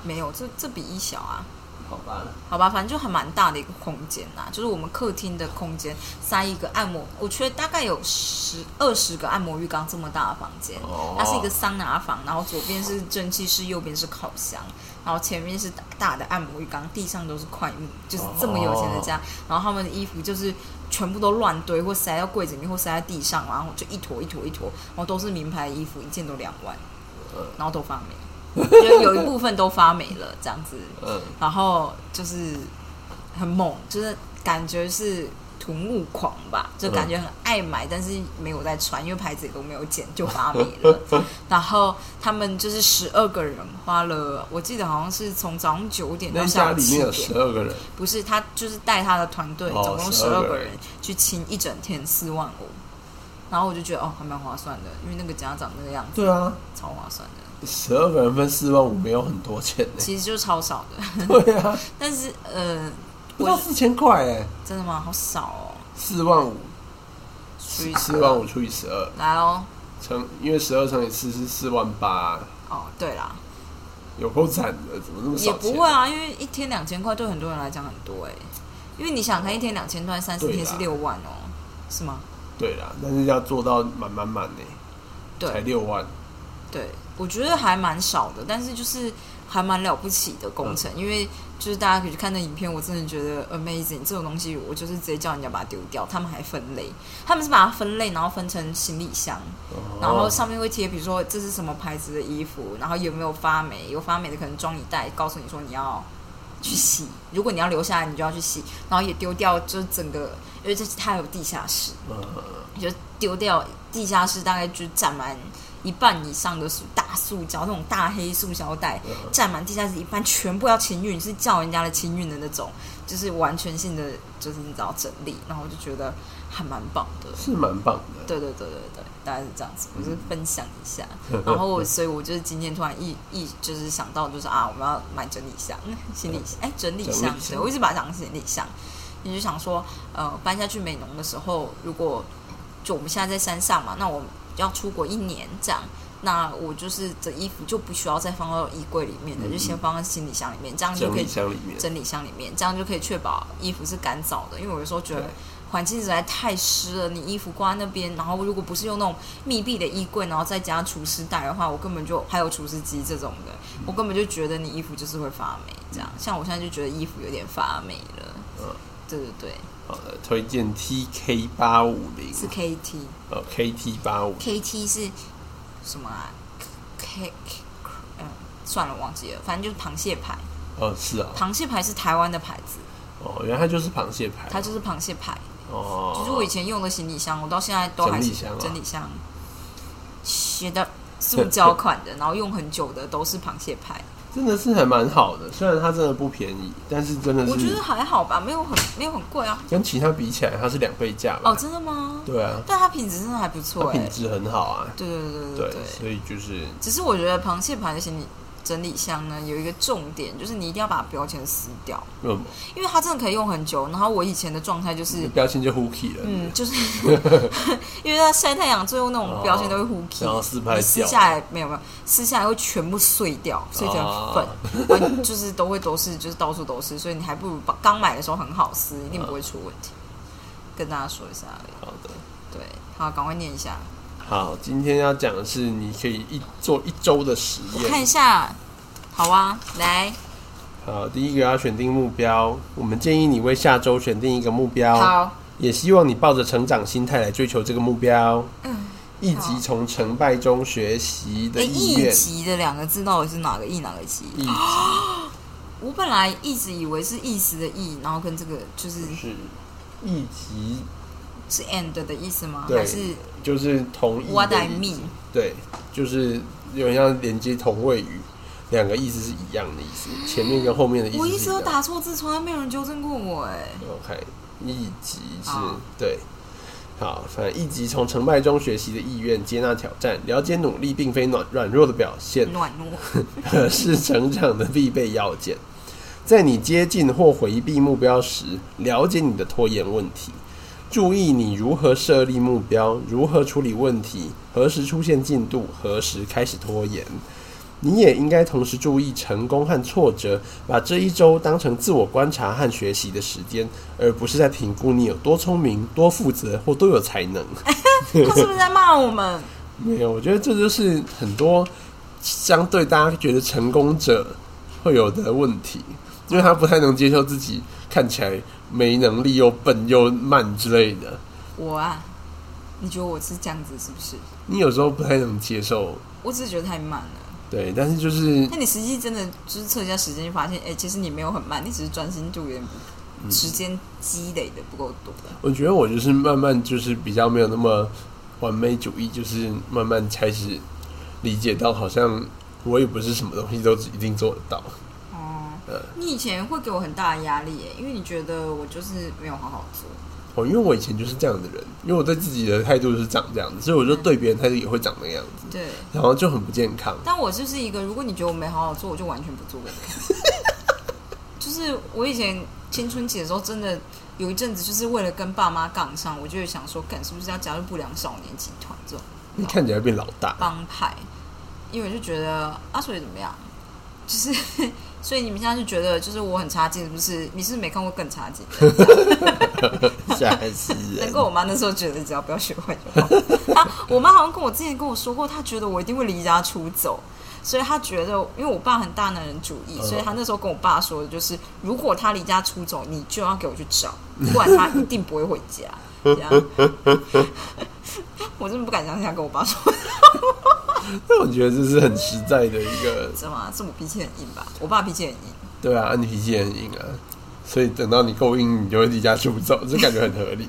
S1: 没有，这这比一小啊。
S2: 好吧。
S1: 好吧，反正就还蛮大的一个空间啦，就是我们客厅的空间塞一个按摩，我觉得大概有十二十个按摩浴缸这么大的房间，
S2: 哦
S1: 它是一个桑拿房，然后左边是蒸汽室，右边是烤箱，然后前面是大大的按摩浴缸，地上都是块木，就是这么有钱的家，然后他们的衣服就是全部都乱堆，或塞到柜子里面，或塞在地上，然后就一坨一坨一坨，然后都是名牌衣服，一件都两万，然后都发霉，就有一部分都发霉了，这样子。
S2: 嗯，
S1: 然后就是很猛，就是感觉是土木狂
S2: 嗯
S1: 吧，就感觉很爱买，但是没有在穿，因为牌子也都没有剪，就发霉
S2: [laughs]
S1: 了。
S2: 嗯
S1: [laughs] 然后他们就是十二个人，花了我记得好像是从早上九点到
S2: 那
S1: 下
S2: 家
S1: 午
S2: 里
S1: 七
S2: 面有
S1: 点
S2: 十，二个人，
S1: 不是他就是带他的团队，
S2: 哦
S1: 总共十
S2: 12
S1: 二
S2: 个
S1: 个
S2: 人
S1: 人去清一整天四万五。然后我就觉得哦，还蛮划算的，因为那个家长那个样子
S2: 对啊，
S1: 超划算的，
S2: 十二个人分四万五，没有很多钱呢、
S1: 其实就超少的。 [laughs]
S2: 对啊，
S1: 但是呃，
S2: 不到
S1: 我
S2: 四千块哎，
S1: 真的吗？好少哦。
S2: 四万五，
S1: 除以
S2: 四万五除以十二，
S1: 来哦。
S2: 乘因为十二乘以四是四万八，
S1: 哦，对啦，
S2: 有够惨的，怎么那么
S1: 也
S2: 少钱？
S1: 不会啊，因为一天两千块对很多人来讲很多哎、因为你想看一天两千块，三四
S2: 对啦
S1: 天是六万哦，是吗？
S2: 对啦，但是要做到满满满呢，才
S1: 对
S2: 六万，
S1: 对，我觉得还蛮少的，但是就是还蛮了不起的工程，因为就是大家可以去看那影片，我真的觉得 amazing 这种东西，我就是直接叫人家把它丢掉，他们还分类，他们是把它分类，然后分成行李箱，
S2: 哦
S1: 然后哦上面会贴，比如说这是什么牌子的衣服，然后有没有发霉，有发霉的可能装一袋，告诉你说你要去洗，如果你要留下来，你就要去洗，然后也丢掉，就是整个，因为这是它有地下室，
S2: 呃，
S1: 你就丢掉地下室，大概就占满一半以上的塑大塑胶那种大黑塑胶袋，占满地下室一半，全部要清运，是叫人家来清运的那种，就是完全性的，就是你知道整理，然后我就觉得还蛮棒的。
S2: 是蛮棒的。
S1: 对对对对对，大概是这样子，我就是分享一
S2: [laughs]
S1: 下。然后我，所以我就是今天突然一一就是想到，就是啊，我们要买整理 [laughs] 箱、嗯行李箱，哎，整理
S2: 整
S1: 箱
S2: 理，箱
S1: 对我一直把它当行李箱。你就想说，呃，搬下去美浓的时候，如果就我们现在在山上嘛，那我要出国一年这样，那我就是这衣服就不需要再放到衣柜里面了，就先放在行李箱里面，这样就啊
S2: 嗯整
S1: 可以
S2: 理箱里面，
S1: 整理箱里面，这样就可以确保衣服是干燥的。因为我有时候觉得
S2: 对
S1: 环境实在太湿了，你衣服挂在那边，然后如果不是用那种密闭的衣柜，然后再加除湿袋的话，我根本就还有除湿机这种的，我根本就觉得你衣服就是会发霉。这样，像我现在就觉得衣服有点发霉了。
S2: 嗯
S1: 对对对，
S2: 好的，推荐 TK 八五零，
S1: 是 KT，KT
S2: 呃，KT 八五，
S1: 是什么啊？K，嗯，算了，忘记了，反正就是螃蟹牌，
S2: 哦，是啊，
S1: 螃蟹牌是台湾的牌子，
S2: 哦，原来它就是螃蟹牌，
S1: 它就是螃蟹牌。
S2: 哦，
S1: 就是我以前用的行李箱，我到现在都还是
S2: 整理箱啊
S1: 整理箱，写
S2: [laughs]
S1: 的塑胶款的，然后用很久的都是螃蟹牌。
S2: 真的是还蛮好的，虽然它真的不便宜，但是真的
S1: 我觉
S2: 是
S1: 得还好吧，没有很没有很贵啊。
S2: 跟其他比起来，它是两倍价吧？
S1: 哦，真的吗？
S2: 对啊，
S1: 但它品质真的还不
S2: 它
S1: 错哎、
S2: 品质很好啊，
S1: 对对对对
S2: 对
S1: 对，对。
S2: 所以就是
S1: 只是我觉得螃蟹牌的行李整理箱呢，有一个重点，就是你一定要把标签撕掉，
S2: 那
S1: 因为它真的可以用很久。然后我以前的状态就是，
S2: 标签就 hooky 了，
S1: 嗯， [laughs] 就是因为它晒太阳，最后那种标签都会糊起，
S2: 然后撕拍
S1: 你哦撕
S2: 掉
S1: 下来没有没有，撕下来会全部碎掉，碎成粉
S2: 哦，
S1: 完、啊就是都会都是，就是到处都是，所以你还不如把刚买的时候很好撕，一定不会出问题。跟大家说一下而已，
S2: 好的。
S1: 对，好，赶快念一下，
S2: 好，今天要讲的是你可以一做一周的实
S1: 我看一
S2: 验。
S1: 下，好啊，来，
S2: 好，第一个要选定目标，我们建议你为下周选定一个目标，
S1: 好，
S2: 也希望你抱着成长心态来追求这个目标。
S1: 嗯，
S2: 一级从成败中学习的
S1: 诶
S2: 意
S1: 一
S2: 愿，
S1: 级的两个字到底是哪个意哪个哎级？
S2: 一级
S1: 我本来一直以为是意思的意，然后跟这个就是
S2: 是一级，
S1: 是 and 的意思吗？
S2: 对
S1: 还是
S2: 就是同意
S1: what
S2: 的
S1: I
S2: 意思
S1: mean？
S2: 对，就是有点像连接同位语，两个意思是一样的意思，前面跟后面的意
S1: 我
S2: 思
S1: 一直
S2: 是一
S1: 都
S2: 样的。
S1: 打错字，从来没有人纠正过我哎、
S2: OK，一级是
S1: 好
S2: 对。好，反正一级从成败中学习的意愿，接纳挑战，了解努力并非软软弱的表现，
S1: 暖
S2: [laughs]
S1: 糯，
S2: 而是成长的必备要件。在你接近或回避目标时，了解你的拖延问题，注意你如何设立目标，如何处理问题，何时出现进度，何时开始拖延。你也应该同时注意成功和挫折，把这一周当成自我观察和学习的时间，而不是在评估你有多聪明、多负责或多有才能。
S1: 他是不是在骂我们？
S2: 没有，我觉得这就是很多相对大家觉得成功者会有的问题，因为他不太能接受自己看起来没能力、又笨又慢之类的。
S1: 我啊，你觉得我是这样子是不是？
S2: 你有时候不太能接受，
S1: 我只是觉得太慢了。
S2: 对，但是就是
S1: 那你实际真的就是测一下时间，就发现，哎、其实你没有很慢，你只是专心度有点不，时间积累的不够多。
S2: 我觉得我就是慢慢就是比较没有那么完美主义，就是慢慢开始理解到，好像我也不是什么东西都一定做得到。
S1: 哦、
S2: 呃
S1: 你以前会给我很大的压力哎耶，因为你觉得我就是没有好好做。
S2: 哦，因为我以前就是这样的人，因为我对自己的态度是长这样子，所以我就对别人态度也会长那个样子。
S1: 对，
S2: 然后就很不健康。
S1: 但我就是一个，如果你觉得我没好好做，我就完全不做给你看。就是我以前青春期的时候，真的有一阵子，就是为了跟爸妈杠上，我就会想说，干是不是要加入不良少年集团这种
S2: 你看起来变老大，
S1: 帮派？因为我就觉得啊，所以怎么样？就是 [laughs] 所以你们现在就觉得，就是我很差劲，是不是？你是不是没看过更差劲的？
S2: 吓死人
S1: 难怪我妈那时候觉得，只要不要学坏就好。啊，我妈好像跟我之前跟我说过，她觉得我一定会离家出走，所以她觉得，因为我爸很大男人主义，
S2: 嗯
S1: 所以她那时候跟我爸说的就是，如果他离家出走，你就要给我去找，不然他一定不会回家。这样， [laughs] 我真的不敢相信他跟我爸说
S2: 但我觉得这是很实在的一个，
S1: 什么，是我脾气很硬吧？我爸脾气很硬，
S2: 对啊，你脾气很硬啊，所以等到你够硬，你就会离家出走，这感觉很合理。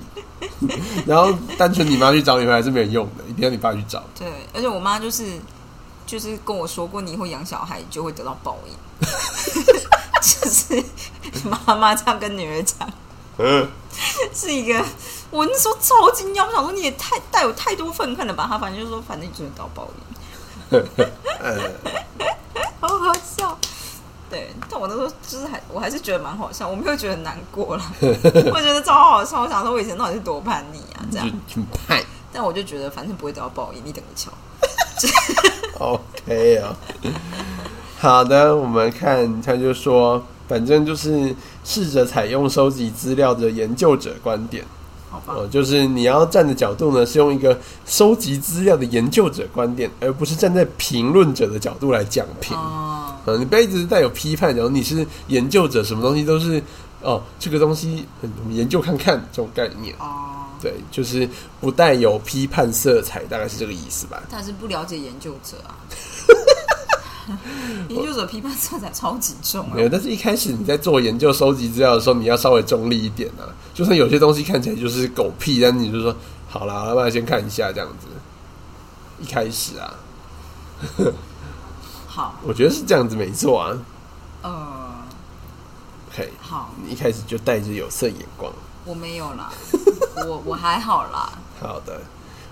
S2: 然后单纯你妈去找你回来是没有用的，一定要你爸去找。
S1: 对，而且我妈就是就是跟我说过，你以后养小孩就会得到报应， [laughs] 就是妈妈这样跟女儿讲。
S2: 嗯，
S1: 是一个，我那时候超惊讶，我想说你也太带有太多愤恨了吧？他反正就说，反正你就是遭报应， [laughs] 好好笑。对，但我那时候就是还，我还是觉得蛮好笑，我没有觉得难过啦， [laughs] 我觉得超好笑。我想说，我以前到底是多叛逆啊，这
S2: 就
S1: 样。
S2: 很派。
S1: 但我就觉得，反正不会得到报应，你等着瞧。
S2: OK 啊、 [laughs] 好的，我们看他就说，反正就是试着采用收集资料的研究者观点。
S1: 好吧，
S2: 哦，就是你要站的角度呢，是用一个收集资料的研究者观点，而不是站在评论者的角度来讲评。
S1: 哦，
S2: 嗯，你不要一直带有批判，然后你是研究者，什么东西都是哦，这个东西嗯我们研究看看这种概念。
S1: 哦，
S2: 对，就是不带有批判色彩，大概是这个意思吧。
S1: 但是不了解研究者
S2: [laughs]
S1: 啊，研究者批判色彩超级重啊
S2: 没有，但是一开始你在做研究、收集资料的时候，你要稍微中立一点啊。就算有些东西看起来就是狗屁，但你就说好啦，要不然先看一下这样子。一开始啊，
S1: 好，
S2: 我觉得是这样子没错啊。
S1: 呃，
S2: OK，
S1: 好，
S2: 你一开始就带着有色眼光。
S1: 我没有啦，我我还好啦。
S2: 好的，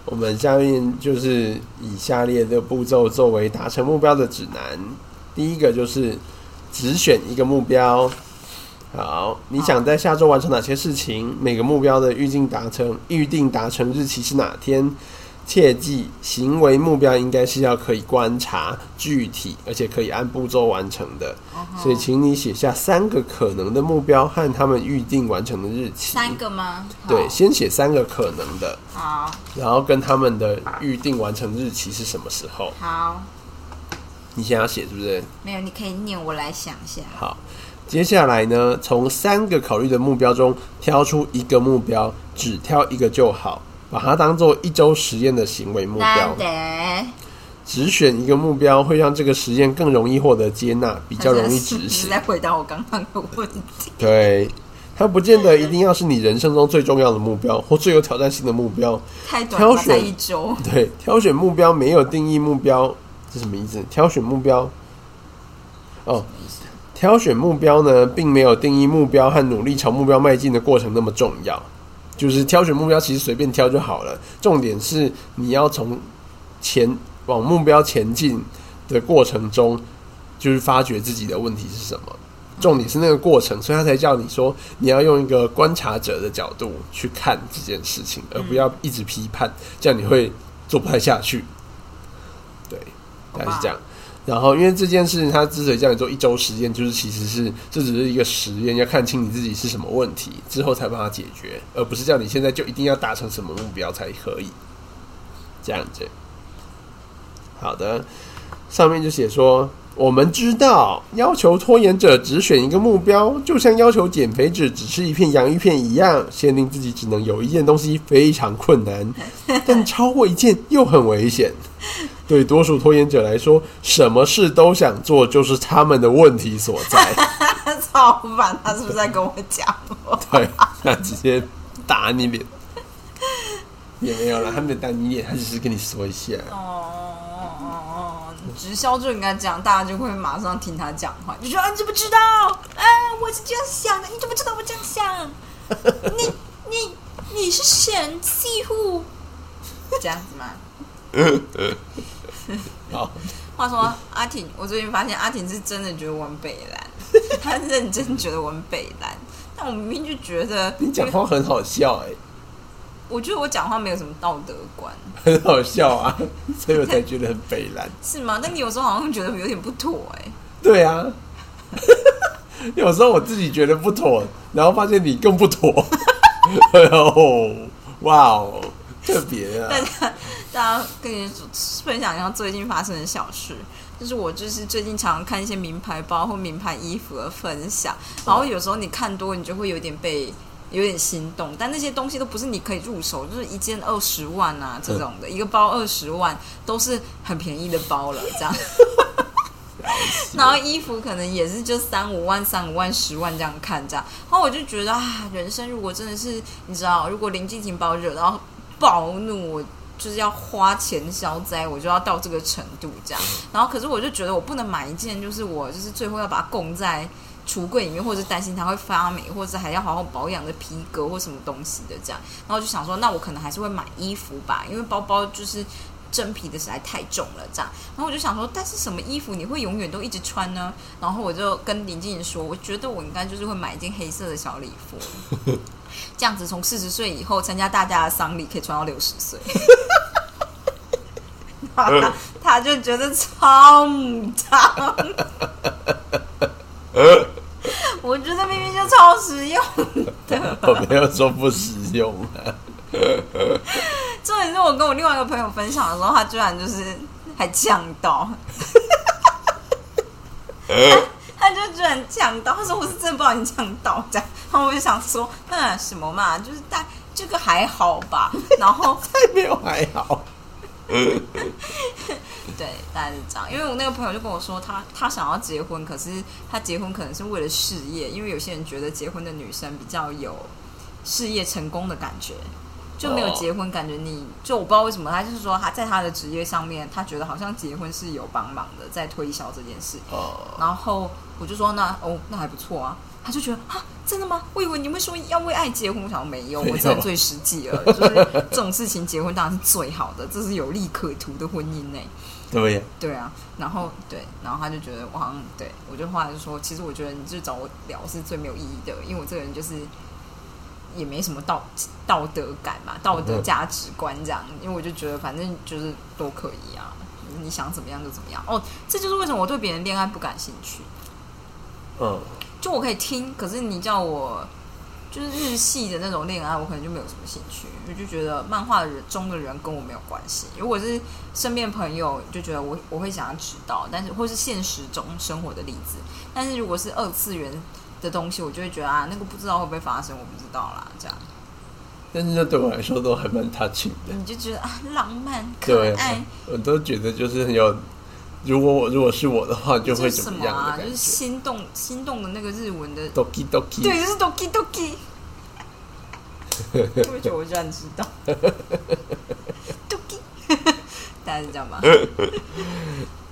S2: 我们下面就是以下列的步骤作为达成目标的指南。第一个就是只选一个目标。好，你想在下周完成哪些事情？每个目标的预定达成预定达成日期是哪天？切记，行为目标应该是要可以观察、具体，而且可以按步骤完成的。
S1: 哦
S2: 所以，请你写下三个可能的目标和他们预定完成的日期。
S1: 三个吗？
S2: 对，先写三个可能的，
S1: 好，
S2: 然后跟他们的预定完成日期是什么时候？
S1: 好，好，
S2: 你先要写是不是？
S1: 没有，你可以念，我来想一下。
S2: 好，接下来呢，从三个考虑的目标中挑出一个目标，只挑一个就好，把它当做一周实验的行为目标
S1: 难。得，
S2: 只选一个目标会让这个实验更容易获得接纳，比较容易执
S1: 你
S2: 行
S1: 在。回答我刚刚的问题。
S2: 对，它不见得一定要是你人生中最重要的目标或最有挑战性的目标。
S1: 太短了吧，
S2: 挑选
S1: 才一周。 [laughs]
S2: [laughs] 对，挑选目标没有定义目标，这什么意思？挑选目标，哦，挑选目标呢，并没有定义目标和努力朝目标迈进的过程那么重要。就是挑选目标，其实随便挑就好了。重点是你要从前往目标前进的过程中，就是发掘自己的问题是什么。重点是那个过程，所以他才叫你说你要用一个观察者的角度去看这件事情，而不要一直批判，这样你会做不太下去。对，大概是这样。然后，因为这件事，他之所以叫你做一周实验，就是其实是这只是一个实验，要看清你自己是什么问题之后才把它解决，而不是叫你现在就一定要达成什么目标才可以。这样子，好的，上面就写说，我们知道要求拖延者只选一个目标，就像要求减肥者只吃一片洋芋片一样，限定自己只能有一件东西非常困难，但超过一件又很危险。对多数拖延者来说，什么事都想做就是他们的问题所在。
S1: 超烦，他是不是在跟我讲我？
S2: 对，他哎直接打你脸，也没有了，他没有打你脸，他只是跟你说一下。
S1: 哦哦哦哦，直销就应该这样，大家就会马上听他讲话，就说啊你怎么知道？哎、我是这样想的，你怎么知道我这样想？你你你是神气户，这样子吗？
S2: 好，
S1: 话说阿婷，我最近发现阿婷是真的觉得我很北蓝，她认真觉得我很北蓝，但我明明就觉得
S2: 你讲话很好笑哎、
S1: 我觉得我讲话没有什么道德观，
S2: 很好笑啊， [laughs] 所以我才觉得很北蓝。
S1: 是吗？但你有时候好像觉得有点不妥哎、
S2: 对啊， [laughs] 有时候我自己觉得不妥，然后发现你更不妥。 [laughs] 哎呦，哇哦，特别啊！
S1: 大家跟你分享一下最近发生的小事，就是我就是最近常常看一些名牌包或名牌衣服的分享，然后有时候你看多，你就会有点被有点心动，但那些东西都不是你可以入手，就是一件二十万啊这种的，一个包二十万都是很便宜的包了，这样。然后衣服可能也是就三五万、三五万、十万这样看这样，然后我就觉得啊，人生如果真的是你知道，如果林敬婷把我惹到暴怒，我就是要花钱消灾，我就要到这个程度这样。然后可是我就觉得我不能买一件，就是我就是最后要把它供在橱柜里面，或者是担心它会发霉，或者还要好好保养的皮革或什么东西的这样。然后我就想说，那我可能还是会买衣服吧，因为包包就是。真皮的实在太重了，这样。然后我就想说，但是什么衣服你会永远都一直穿呢？然后我就跟林静怡说，我觉得我应该就是会买一件黑色的小礼服，这样子从四十岁以后参加大家的丧礼，可以穿到六十岁。然后他他就觉得超母汤，我觉得明明就超实用。
S2: 我没有说不实用
S1: [laughs]
S2: 啊。
S1: 重点是我跟我另外一个朋友分享的时候，他居然就是还呛到，他就居然呛到，他说我是真的不小心呛到这样，然后我就想说，嗯，什么嘛，就是大这个还好吧，然后
S2: 没有还好，
S1: 对，大概是这样。因为我那个朋友就跟我说他，他想要结婚，可是他结婚可能是为了事业，因为有些人觉得结婚的女生比较有事业成功的感觉，就没有
S2: 哦
S1: 结婚感觉你就我不知道为什么，他就是说他在他的职业上面，他觉得好像结婚是有帮忙的，在推销这件事。
S2: 哦，
S1: 然后我就说那哦那还不错啊，他就觉得啊真的吗？我以为你会说要为爱结婚，我想没有，
S2: [laughs] 没有
S1: 我真的最实际了，就是这种事情结婚当然是最好的，这是有利可图的婚姻呢、
S2: 对呀，
S1: 对啊，然后对，然后他就觉得我好像对我就后来就说，其实我觉得你就找我聊是最没有意义的，因为我这个人就是也没什么道道德感嘛，道德价值观这样，因为我就觉得反正就是都可以啊，你想怎么样就怎么样。哦，这就是为什么我对别人恋爱不感兴趣，
S2: 嗯，
S1: 就我可以听，可是你叫我就是日系的那种恋爱，我可能就没有什么兴趣。我就觉得漫画人中的人跟我没有关系。如果是身边朋友，就觉得我我会想要知道，但是或是现实中生活的例子。但是如果是二次元的东西，我就会觉得啊，那个不知道会不会发生，我不知道啦。这样
S2: 但是那对我来说都还蛮 touching 的，
S1: 你就觉得啊，浪漫可
S2: 对
S1: 爱
S2: 啊，，我都觉得就是很有，如果我如果是我的话，就
S1: 这
S2: 会
S1: 是什
S2: 怎
S1: 么
S2: 么样
S1: 啊
S2: 的？感
S1: 就是
S2: 觉
S1: 心动，心动的那个日文的，
S2: ？Doki Doki，
S1: 对，就是 doki
S2: [laughs]
S1: doki。会不会觉得我居然知道？doki，大家是这样
S2: [laughs]
S1: 吧？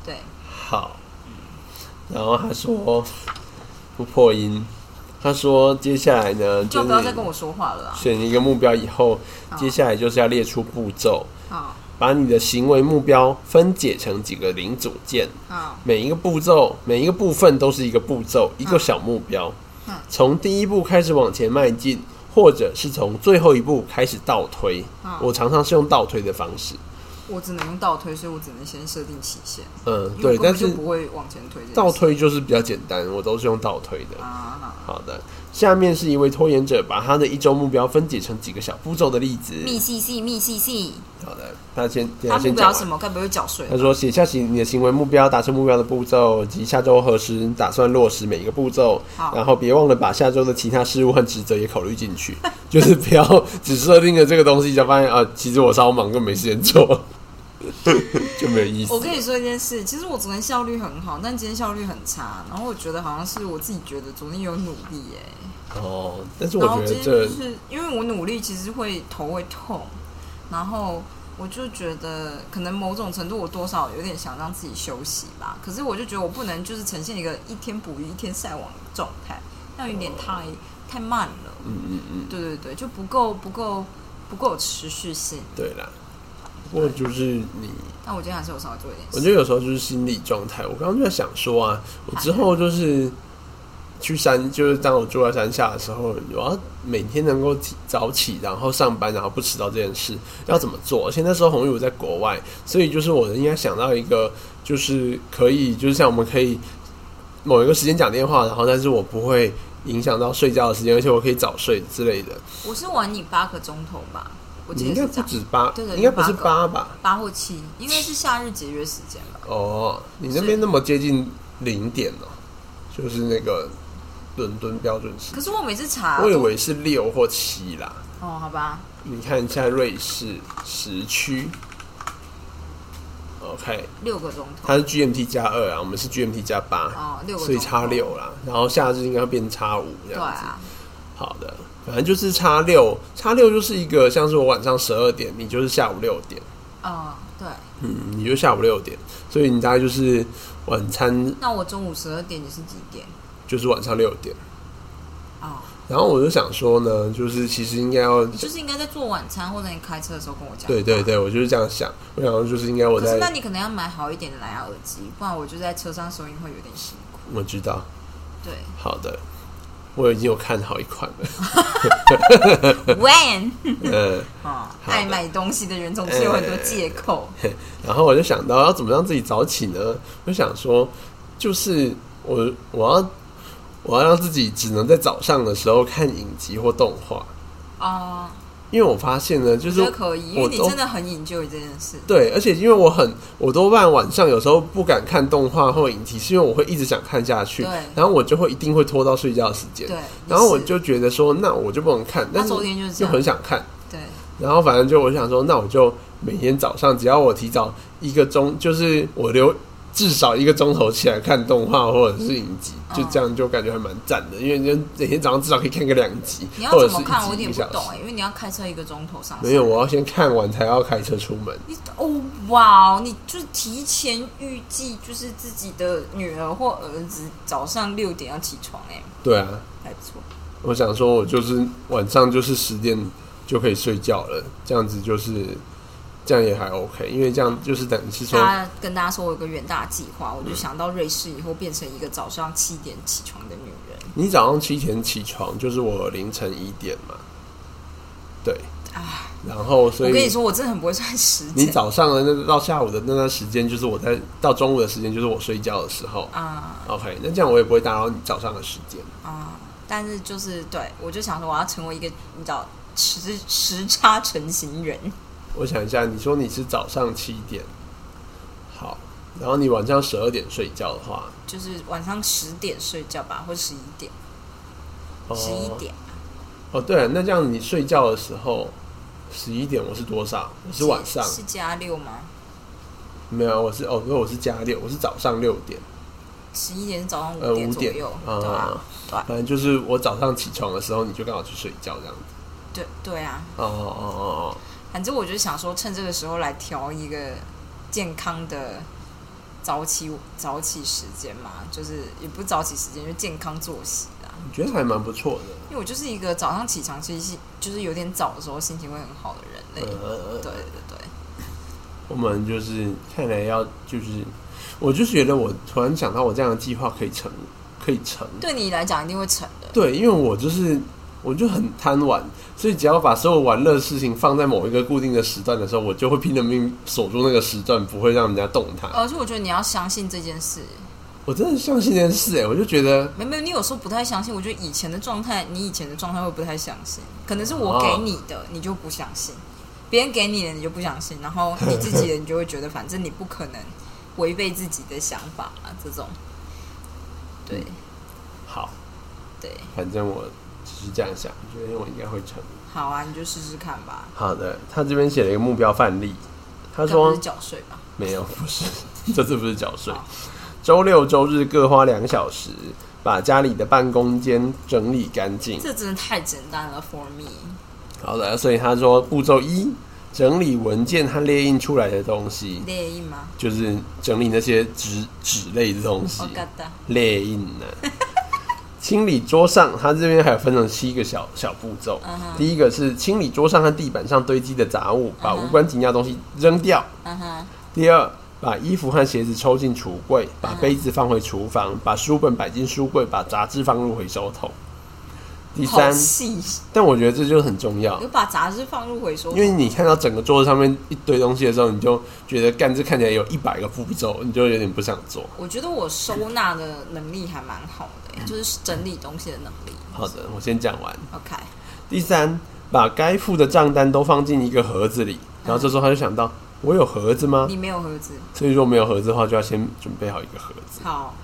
S1: 对，
S2: 好，然后他说不破音，他说接下来呢，
S1: 就不要再
S2: 是
S1: 跟我啊说话了啦。
S2: 选一个目标以后，
S1: 好
S2: 接下来就是要列出步骤，
S1: 好
S2: 把你的行为目标分解成几个零组件，
S1: 好，
S2: 每一个步骤每一个部分都是一个步骤，一个
S1: 嗯
S2: 小目标
S1: 嗯，
S2: 从第一步开始往前迈进，或者是从最后一步开始倒推
S1: 嗯。
S2: 我常常是用倒推的方式，
S1: 我只能用倒推，所以我只能先设定期限，
S2: 嗯，
S1: 因为
S2: 对，
S1: 我根
S2: 但
S1: 本就是不会往前推这件事。
S2: 倒推就是比较简单，我都是用倒推的。
S1: 啊，
S2: 好的，下面是一位拖延者把他的一周目标分解成几个小步骤的例子。
S1: 密细细密细细，
S2: 好的，他先
S1: 他目
S2: 先
S1: 标
S2: 讲
S1: 什
S2: 完。
S1: 么？啊该不会缴税
S2: 他？说：“写下行你的行为目标、达成目标的步骤及下周何时打算落实每一个步骤，
S1: 好
S2: 然后别忘了把下周的其他事务和职责也考虑进去， [laughs] 就是不要只设定了这个东西，就发现啊，其实我超忙，根本没时间做， [laughs] 就没有意思。
S1: 我跟你说一件事，其实我昨天效率很好，但今天效率很差。然后我觉得好像是我自己觉得昨天有努力耶、
S2: 哦，但是我
S1: 然后
S2: 觉得
S1: 今天
S2: 这
S1: 就是因为我努力，其实会头会痛，然后我就觉得可能某种程度我多少有点想让自己休息吧，可是我就觉得我不能就是呈现一个一天捕鱼一天晒网的状态，那有点太太慢了。
S2: 嗯嗯嗯，
S1: 对对对，就不够不够不够有持续性。
S2: 对啦。不过就是你
S1: 但我今天还是有稍微做一点
S2: 我
S1: 事。
S2: 觉得有时候就是心理状态。我刚刚就在想说啊，我之后就是去山，就是当我住在山下的时候，我要每天能够起早起，然后上班，然后不迟到这件事要怎么做？而且那时候红玉我在国外，所以就是我应该想到一个，就是可以，就是像我们可以某一个时间讲电话，然后但是我不会影响到睡觉的时间，而且我可以早睡之类的。
S1: 我是晚你八个钟头吧，我
S2: 你
S1: 记
S2: 应
S1: 得是
S2: 该
S1: 这
S2: 不
S1: 样，
S2: 止八
S1: 对，对
S2: 应该不是
S1: 八个
S2: 八吧？
S1: 八或七，应该是夏日节约时间吧。
S2: 哦，你那边那么接近零点哦，就是那个伦敦标准时
S1: 可，是我每次查
S2: 我以
S1: 都
S2: 为是六或七啦。
S1: 哦，好吧，
S2: 你看一下瑞士时区，OK，
S1: 六个钟头
S2: 它是 GMT 加二啊，我们是 GMT 加八，
S1: 哦，六个钟头，
S2: 所以差六啦。然后夏日应该会变差五这
S1: 对
S2: 样子。
S1: 啊，
S2: 好的，反正就是差六，差六就是一个像是我晚上十二点，你就是下午六点，
S1: 哦，对，
S2: 嗯，你就下午六点，所以你大概就是晚餐
S1: 那我中午十二点你是几点？
S2: 就是晚上六点。
S1: 哦，
S2: 然后我就想说呢，就是其实应该要，
S1: 你就是应该在做晚餐或者你开车的时候跟我讲。
S2: 对对。对，我就是这样想。我想说就是应该我
S1: 可是那
S2: 在，
S1: 你可能要买好一点的蓝牙耳机，不然我就在车上收音会有点辛苦。
S2: 我知道，
S1: 对
S2: 好的，我已经有看好一款了。 [laughs]
S1: ，When
S2: 嗯，
S1: 啊、
S2: 好的
S1: 爱买东西的人总是有很多借口。
S2: 然后我就想到要怎么让自己早起呢？我就想说，就是我我要我要让自己只能在早上的时候看影集或动画，
S1: 哦、
S2: 因为我发现呢，就
S1: 我
S2: 是
S1: 觉得可以，因为
S2: 哎我
S1: 你
S2: 都
S1: 真的很 enjoy 这件事。
S2: 对，而且因为我很，我多半晚上有时候不敢看动画或影集，是因为我会一直想看下去
S1: 对，
S2: 然后我就会一定会拖到睡觉的时间，
S1: 对
S2: 然后
S1: 你
S2: 我
S1: 是
S2: 就觉得说，那我就不能看，但是
S1: 昨天就是这
S2: 又
S1: 样
S2: 很想看，
S1: 对，
S2: [laughs] 然后反正就我想说，那我就每天早上只要我提早一个钟，就是我留至少一个钟头起来看动画或者是影集，就
S1: 嗯
S2: 这样就感觉还蛮赞的，因为你就每天早上至少可以看个两集，
S1: 你要
S2: 或者
S1: 怎
S2: 是
S1: 么
S2: 一
S1: 看？我有
S2: 集一
S1: 点
S2: 个
S1: 不
S2: 小时
S1: 懂。哎、因为你要开车一个钟头上山。
S2: 没有，我要先看完才要开车出门。
S1: 你哦哇哦，你就是提前预计，就是自己的女儿或儿子早上六点要起床、欸，
S2: 对啊，
S1: 哎，还不错。
S2: 我想说，我就是晚上就是十点就可以睡觉了，这样子就是这样也还 OK，因为这样就是等于是说，
S1: 大家跟大家说，我有个远大的计划，我就想到瑞士以后变成一个早上七点起床的女人
S2: 你早上七点起床，就是我凌晨一点嘛，对，
S1: 啊！
S2: 然后所
S1: 我
S2: 以
S1: 跟你说，我真的很不会算时
S2: 你
S1: 间
S2: 早上的那到下午的那段时间，就是我在到中午的时间，就是我睡觉的时候。
S1: 啊
S2: OK，那这样我也不会打扰你早上的时间。
S1: 啊！但是就是对我就想说，我要成为一个你知道时时差成型人，
S2: 我想一下，你说你是早上七点，好，然后你晚上十二点睡觉的话，
S1: 就是晚上十点睡觉吧，或十一点、十一点。
S2: 哦，对了，那这样你睡觉的时候，十一点我是多少？我是晚上
S1: 是加六吗？
S2: 没有，我是哦，因为我是加六，我是早上六点，
S1: 十一点是早上
S2: 呃，
S1: 五
S2: 五
S1: 左
S2: 点
S1: 右，
S2: 啊，
S1: 对啊，对啊
S2: 反正就是我早上起床的时候，你就刚好去睡觉这样子。
S1: 对对啊。
S2: 哦哦哦哦，
S1: 反正我就想说，趁这个时候来调一个健康的早起早起时间嘛，就是也不是早起时间，就是健康作息啦。
S2: 我觉得还蛮不错的。
S1: 因为我就是一个早上起床，其实是就是有点早的时候心情会很好的人类。
S2: 呃
S1: 对，对对，
S2: 我们就是看来要就是，我就觉得我突然想到我这样的计划可以成，可以成。
S1: 对你来讲一定会成的。
S2: 对，因为我就是我就很贪玩，所以只要把所有玩乐的事情放在某一个固定的时段的时候，我就会拼了命锁住那个时段，不会让人家动它。
S1: 而且呃我觉得你要相信这件事，
S2: 我真的相信这件事、哎，我就觉得
S1: 没有没有，你有时候不太相信。我觉得以前的状态，你以前的状态会不太相信，可能是我给你的，你就不相信；别人给你的，你就不相信。然
S2: [laughs]
S1: 后你自己的，你就会觉得反正你不可能违背自己的想法啊，这种。对
S2: 嗯好，
S1: 对，
S2: 反正我只是这样想，我觉得我应该会成。
S1: 好啊，你就试试看吧。
S2: 好的，他这边写了一个目标范例，他
S1: 该不
S2: 说
S1: 是缴税吧？
S2: 没有，不是， [laughs] 这次不是缴税
S1: 好。
S2: 周六周日各花两小时，把家里的办公间整理干净。
S1: 这真的太简单了，for me。
S2: 好的，所以他说步骤一，整理文件和列印出来的东西，
S1: 列印吗？
S2: 就是整理那些纸纸类的东西
S1: 我，嘎哒，
S2: 列印呢、清理桌上，他这边还有分成七个小小步骤。
S1: 嗯哼
S2: 第一个是清理桌上和地板上堆积的杂物，把
S1: 嗯哼
S2: 无关紧要的东西扔掉。
S1: 嗯哼，
S2: 第二，把衣服和鞋子抽进橱柜，把
S1: 嗯
S2: 杯子放回厨房，把书本摆进书柜，把杂志放入回收桶。第
S1: 好
S2: 三，
S1: 细，
S2: 但我觉得这就很重要
S1: 有，把杂志放入回收
S2: 因为你看到整个桌子上面一堆东西的时候，你就觉得干这看起来有一百个步骤，你就有点不想做。
S1: 我觉得我收纳的能力还蛮好的、就是整理东西的能力。
S2: 好的，我先讲完。
S1: ，OK，
S2: 第三，把该付的账单都放进一个盒子里，然后这时候他就想到，我有盒子吗？
S1: 你没有盒子，
S2: 所以如果没有盒子的话，就要先准备好一个盒子。
S1: 好，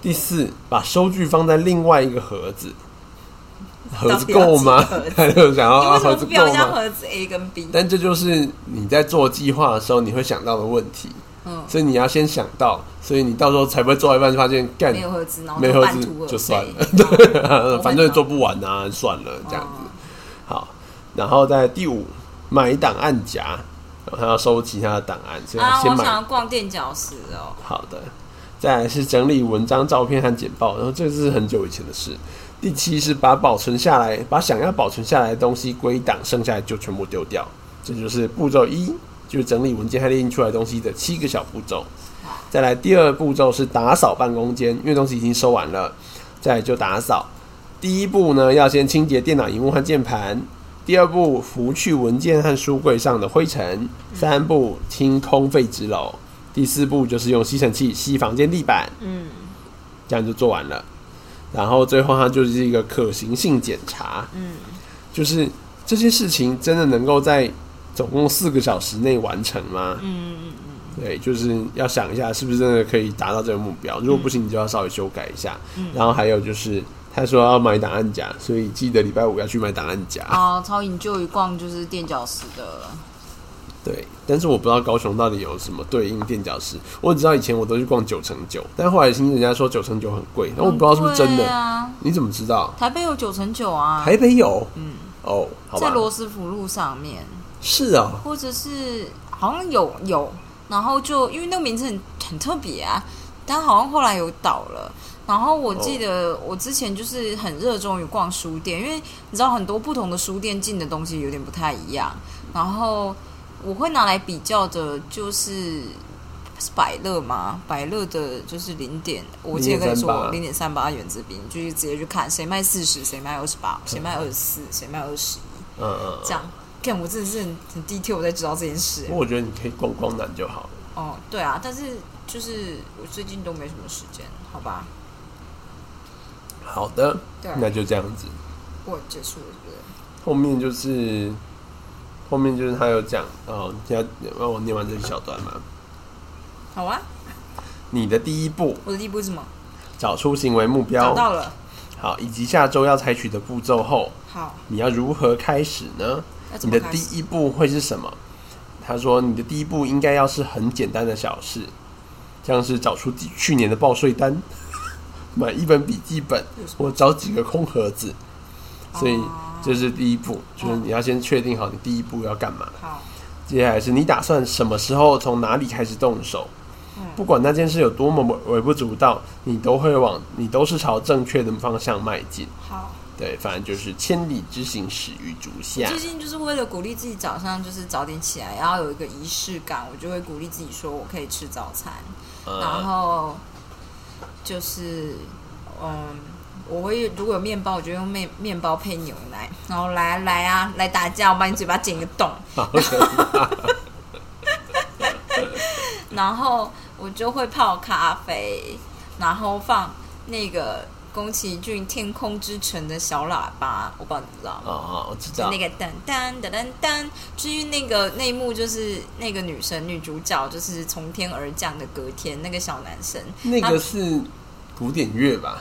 S2: 第四，把收据放在另外一个盒子，盒
S1: 到
S2: 子
S1: 底要
S2: 够吗
S1: 几个盒子？
S2: 他就想要
S1: 你为
S2: 啊，
S1: 什么
S2: 盒
S1: 不
S2: 子
S1: 标
S2: 够
S1: 一下
S2: 吗？
S1: 盒子 A 跟 B？
S2: 但这就是你在做计划的时候你会想到的问题，
S1: 嗯，
S2: 所以你要先想到，所以你到时候才不会做到一半发现干
S1: 没有
S2: [laughs]
S1: 盒子，然后
S2: 没
S1: 就
S2: 盒
S1: 半
S2: 子
S1: 途而废
S2: 就算了， [laughs]
S1: 哦
S2: 反正做不完啊，算了这样子。好，然后在第五买档案夹，然后他要收集他的档案，所以
S1: 啊，
S2: 他
S1: 我
S2: 先
S1: 好
S2: 买。
S1: 想要逛垫脚石哦，
S2: 好的，再来是整理文章、照片和简报，然后这是很久以前的事。第七是把保存下来，把想要保存下来的东西归档，剩下的就全部丢掉。这就是步骤一，就是整理文件和列印出来的东西的七个小步骤。再来第二步骤是打扫办公间，因为东西已经收完了，再来就打扫。第一步呢，要先清洁电脑荧幕和键盘。第二步，拂去文件和书柜上的灰尘。三步，清空废纸篓。第四步就是用吸尘器吸房间地板，
S1: 嗯，
S2: 这样就做完了。然后最后它就是一个可行性检查，
S1: 嗯，
S2: 就是这些事情真的能够在总共四个小时内完成吗？
S1: 嗯，
S2: 对，就是要想一下是不是真的可以达到这个目标。如果不行，你就要稍微修改一下。
S1: 嗯
S2: 然后还有就是他说要买档案夹，所以记得礼拜五要去买档案夹。
S1: 啊，超引就一逛就是垫脚石的，
S2: 对，但是我不知道高雄到底有什么对应垫脚石。我只知道以前我都去逛九乘九，但后来听人家说九乘九很贵，然后我不知道是不是真
S1: 很贵
S2: 的。
S1: 啊，
S2: 你怎么知道？
S1: 台北有九乘九啊，
S2: 台北有？
S1: 嗯，
S2: 哦，好
S1: 在
S2: 吧，
S1: 罗斯福路上面。
S2: 是啊、
S1: 或者是好像有有，然后就因为那个名字很很特别啊，但好像后来有倒了。然后我记得我之前就是很热衷于逛书店，因为你知道很多不同的书店进的东西有点不太一样。然后我会拿来比较的，就是是百乐嘛，百乐的就是零点，我记得跟你说
S2: 0.38
S1: 零点三八元纸币，你就去直接去看谁卖四十，谁卖二十八，谁卖二十四，谁卖二十一，
S2: 嗯嗯
S1: 这样。看我真的是很很 detail 我才知道这件事
S2: 不。过我觉得你可以逛逛南就好了。
S1: 哦，对啊，但是就是我最近都没什么时间，好吧，
S2: 好的
S1: 对，
S2: 那就这样子。
S1: 我结束了，对不对？
S2: 后面就是后面就是他有讲哦，要让我念完这一小段嘛。
S1: 好啊，
S2: 你的第一步，
S1: 我的第一步是什么？
S2: 找出行为目
S1: 找
S2: 标，
S1: 到了，
S2: 好，以及下周要采取的步骤后，
S1: 好，
S2: 你要如何开始呢？
S1: 要怎
S2: 你
S1: 么
S2: 的
S1: 开
S2: 第
S1: 始？
S2: 一步会是什么？他说，你的第一步应该要是很简单的小事，像是找出去去年的报税单， [laughs] 买一本笔记本
S1: 有什，么
S2: 或找几个空盒子。所以
S1: 哦嗯
S2: 这是第一步，就是你要先确定好你第一步要干嘛。
S1: 好，
S2: 接下来是你打算什么时候从哪里开始动手？
S1: 嗯
S2: 不管那件事有多么微微不足道，你都会往你都是朝正确的方向迈进。
S1: 好。
S2: 对，反正就是千里之行，始于足下。
S1: 最近就是为了鼓励自己早上就是早点起来，然后有一个仪式感，我就会鼓励自己说我可以吃早餐，然
S2: [laughs] 呃，
S1: 后就是嗯，我会如果有面包，我就用面面包配牛奶，然后来啊来啊来打架，我把你嘴巴剪个洞，
S2: 好的，
S1: 然后我就会泡咖啡，然后放那个宫崎骏《天空之城》的小喇叭，我不知道你知道吗？
S2: 哦，我知
S1: 就
S2: 道
S1: 那。个噔噔噔噔噔，至于那个那一幕，就是那个女生女主角，就是从天而降的隔天，那个小男生，
S2: 那
S1: 他
S2: 个是古典乐吧？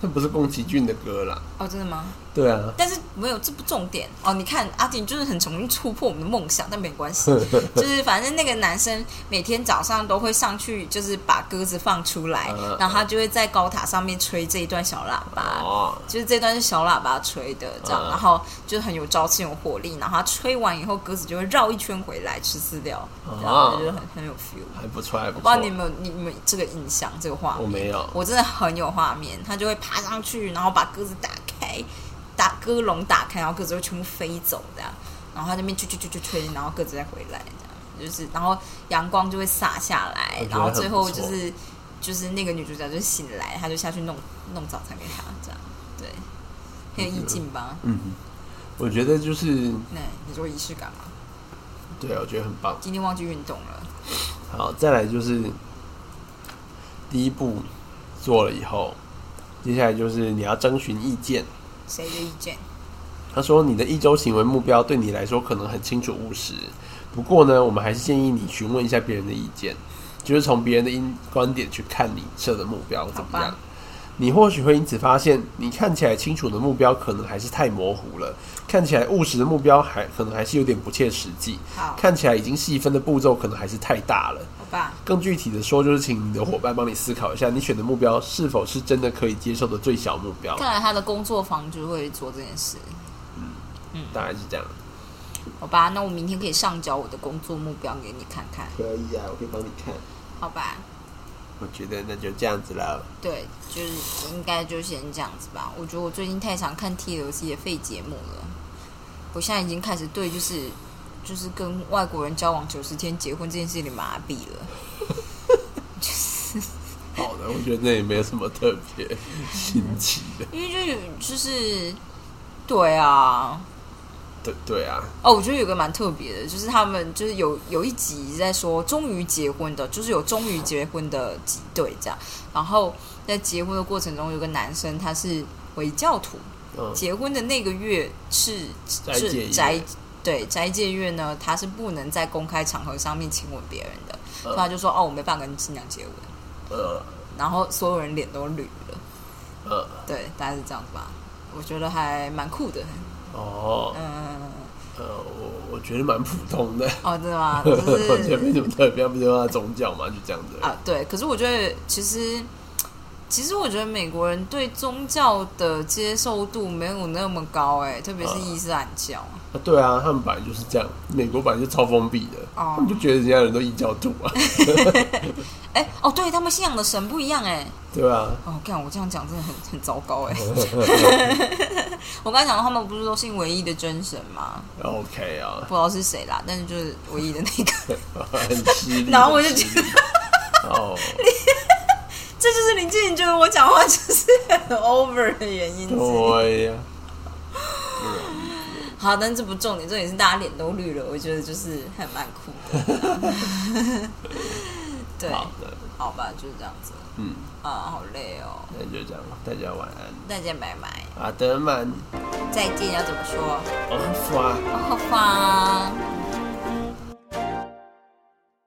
S2: 那不是宫崎骏的歌啦。
S1: 哦，真的吗？
S2: 对啊，
S1: 但是没有，这不重点哦。你看阿锦就是很容易突破我们的梦想，但没关系，
S2: [laughs]
S1: 就是反正那个男生每天早上都会上去，就是把鸽子放出来
S2: 嗯，
S1: 然后他就会在高塔上面吹这一段小喇叭，
S2: 哦，
S1: 就是这段是小喇叭吹的，这样，
S2: 嗯
S1: 然后就很有朝气、有活力。然后它吹完以后，鸽子就会绕一圈回来吃饲料，
S2: 哦
S1: 然后就是很很有 feel。
S2: 还不错，还不
S1: 我不知道你
S2: 错。
S1: 们有你们有这个印象，这个画
S2: 我
S1: 面，
S2: 没有，
S1: 我真的很有画面。它就会爬上去，然后把鸽子打开，打鸽笼打开，然后鸽子会全部飞走这样。然后它那边吹吹吹吹吹，然后鸽子再回来这样，就是然后阳光就会洒下来
S2: 我觉，得
S1: 然后最后
S2: 很不
S1: 就
S2: 错
S1: 是就是那个女主角就醒来，她就下去弄弄早餐给他这样，对，很有意境吧？
S2: 嗯，我觉得就是
S1: 那你说仪式感吗？
S2: 对，我觉得很棒。
S1: 今天忘记运动了，
S2: 好，再来就是第一步做了以后，接下来就是你要征询意见。
S1: 谁的意见？
S2: 他说：“你的一周行为目标对你来说可能很清楚务实，不过呢，我们还是建议你询问一下别人的意见，就是从别人的因观点去看你设的目标怎么
S1: 好
S2: 样
S1: 吧。
S2: 你或许会因此发现，你看起来清楚的目标可能还是太模糊了，看起来务实的目标还可能还是有点不切实际，
S1: 好，
S2: 看起来已经细分的步骤可能还是太大了。
S1: 好吧，
S2: 更具体的说，就是请你的伙伴帮你思考一下，你选的目标是否是真的可以接受的最小目标，
S1: 看来他的工作坊就会做这件事。
S2: 大概是这样。
S1: 好吧，那我明天可以上交我的工作目标给你看看，
S2: 可以啊，我可以帮你看。”
S1: 好吧？
S2: 我觉得那就这样子了。
S1: 对，就是应该就先这样子吧。我觉得我最近太常看 TLC 的废节目了，我现在已经开始对就是就是跟外国人交往九十天结婚这件事情麻痹了。
S2: 好的，我觉得那也没有什么特别新奇的。
S1: 因为就有就是，对啊，
S2: 对对啊，
S1: 哦，我觉得有个蛮特别的，就是他们就是有有一集在说终于结婚的，就是有终于结婚的几对这样，然后在结婚的过程中，有个男生他是回教徒，
S2: 嗯，
S1: 结婚的那个月是
S2: 斋戒
S1: 是
S2: 月
S1: 斋对斋戒月呢，他是不能在公开场合上面亲吻别人的，
S2: 嗯
S1: 所以他就说哦，我没办法跟新娘结吻，
S2: 呃
S1: 然后所有人脸都绿了，
S2: 呃，
S1: 对，大概是这样吧，我觉得还蛮酷的，
S2: 哦，
S1: 嗯，
S2: 呃，我我觉得蛮普通的，？
S1: 哦，真的吗
S2: [laughs]
S1: 就
S2: 我觉
S1: 是啊
S2: 得没什么特别，不就他宗教嘛，就这样子而已。
S1: 啊，对。可是我觉得其实其实我觉得美国人对宗教的接受度没有那么高、哎，特别是伊斯兰教。
S2: 啊，对啊，他们本来就是这样，美国本来就超封闭的，
S1: 哦
S2: 他们就觉得人家人都异教徒
S1: [laughs]
S2: 啊，
S1: 哎、哦，对他们信仰的神不一样、哎，
S2: 对啊，
S1: 哦，看我这样讲真的很很糟糕哎、我刚才讲到他们不是都信唯一的真神吗？
S2: OK 啊，
S1: 不知道是谁啦，但是就是唯一的那个。 [laughs]
S2: 很犀利。
S1: 然后我就
S2: 很
S1: 觉
S2: 犀利
S1: [laughs]
S2: 哦，
S1: 这就是林志颖觉得我讲话就是很 over 的原因之一。
S2: 对呀、
S1: 好，但这不重点，重点是大家脸都绿了，我觉得就是还蛮酷的。
S2: [laughs]
S1: 对，
S2: 好的，
S1: 好吧，就是这样子
S2: 嗯，
S1: 啊，好累哦，
S2: 那就这样吧，大家晚安，
S1: 大家拜拜，
S2: 阿德曼，
S1: 再见要怎么说？
S2: 安发。
S1: 好吧。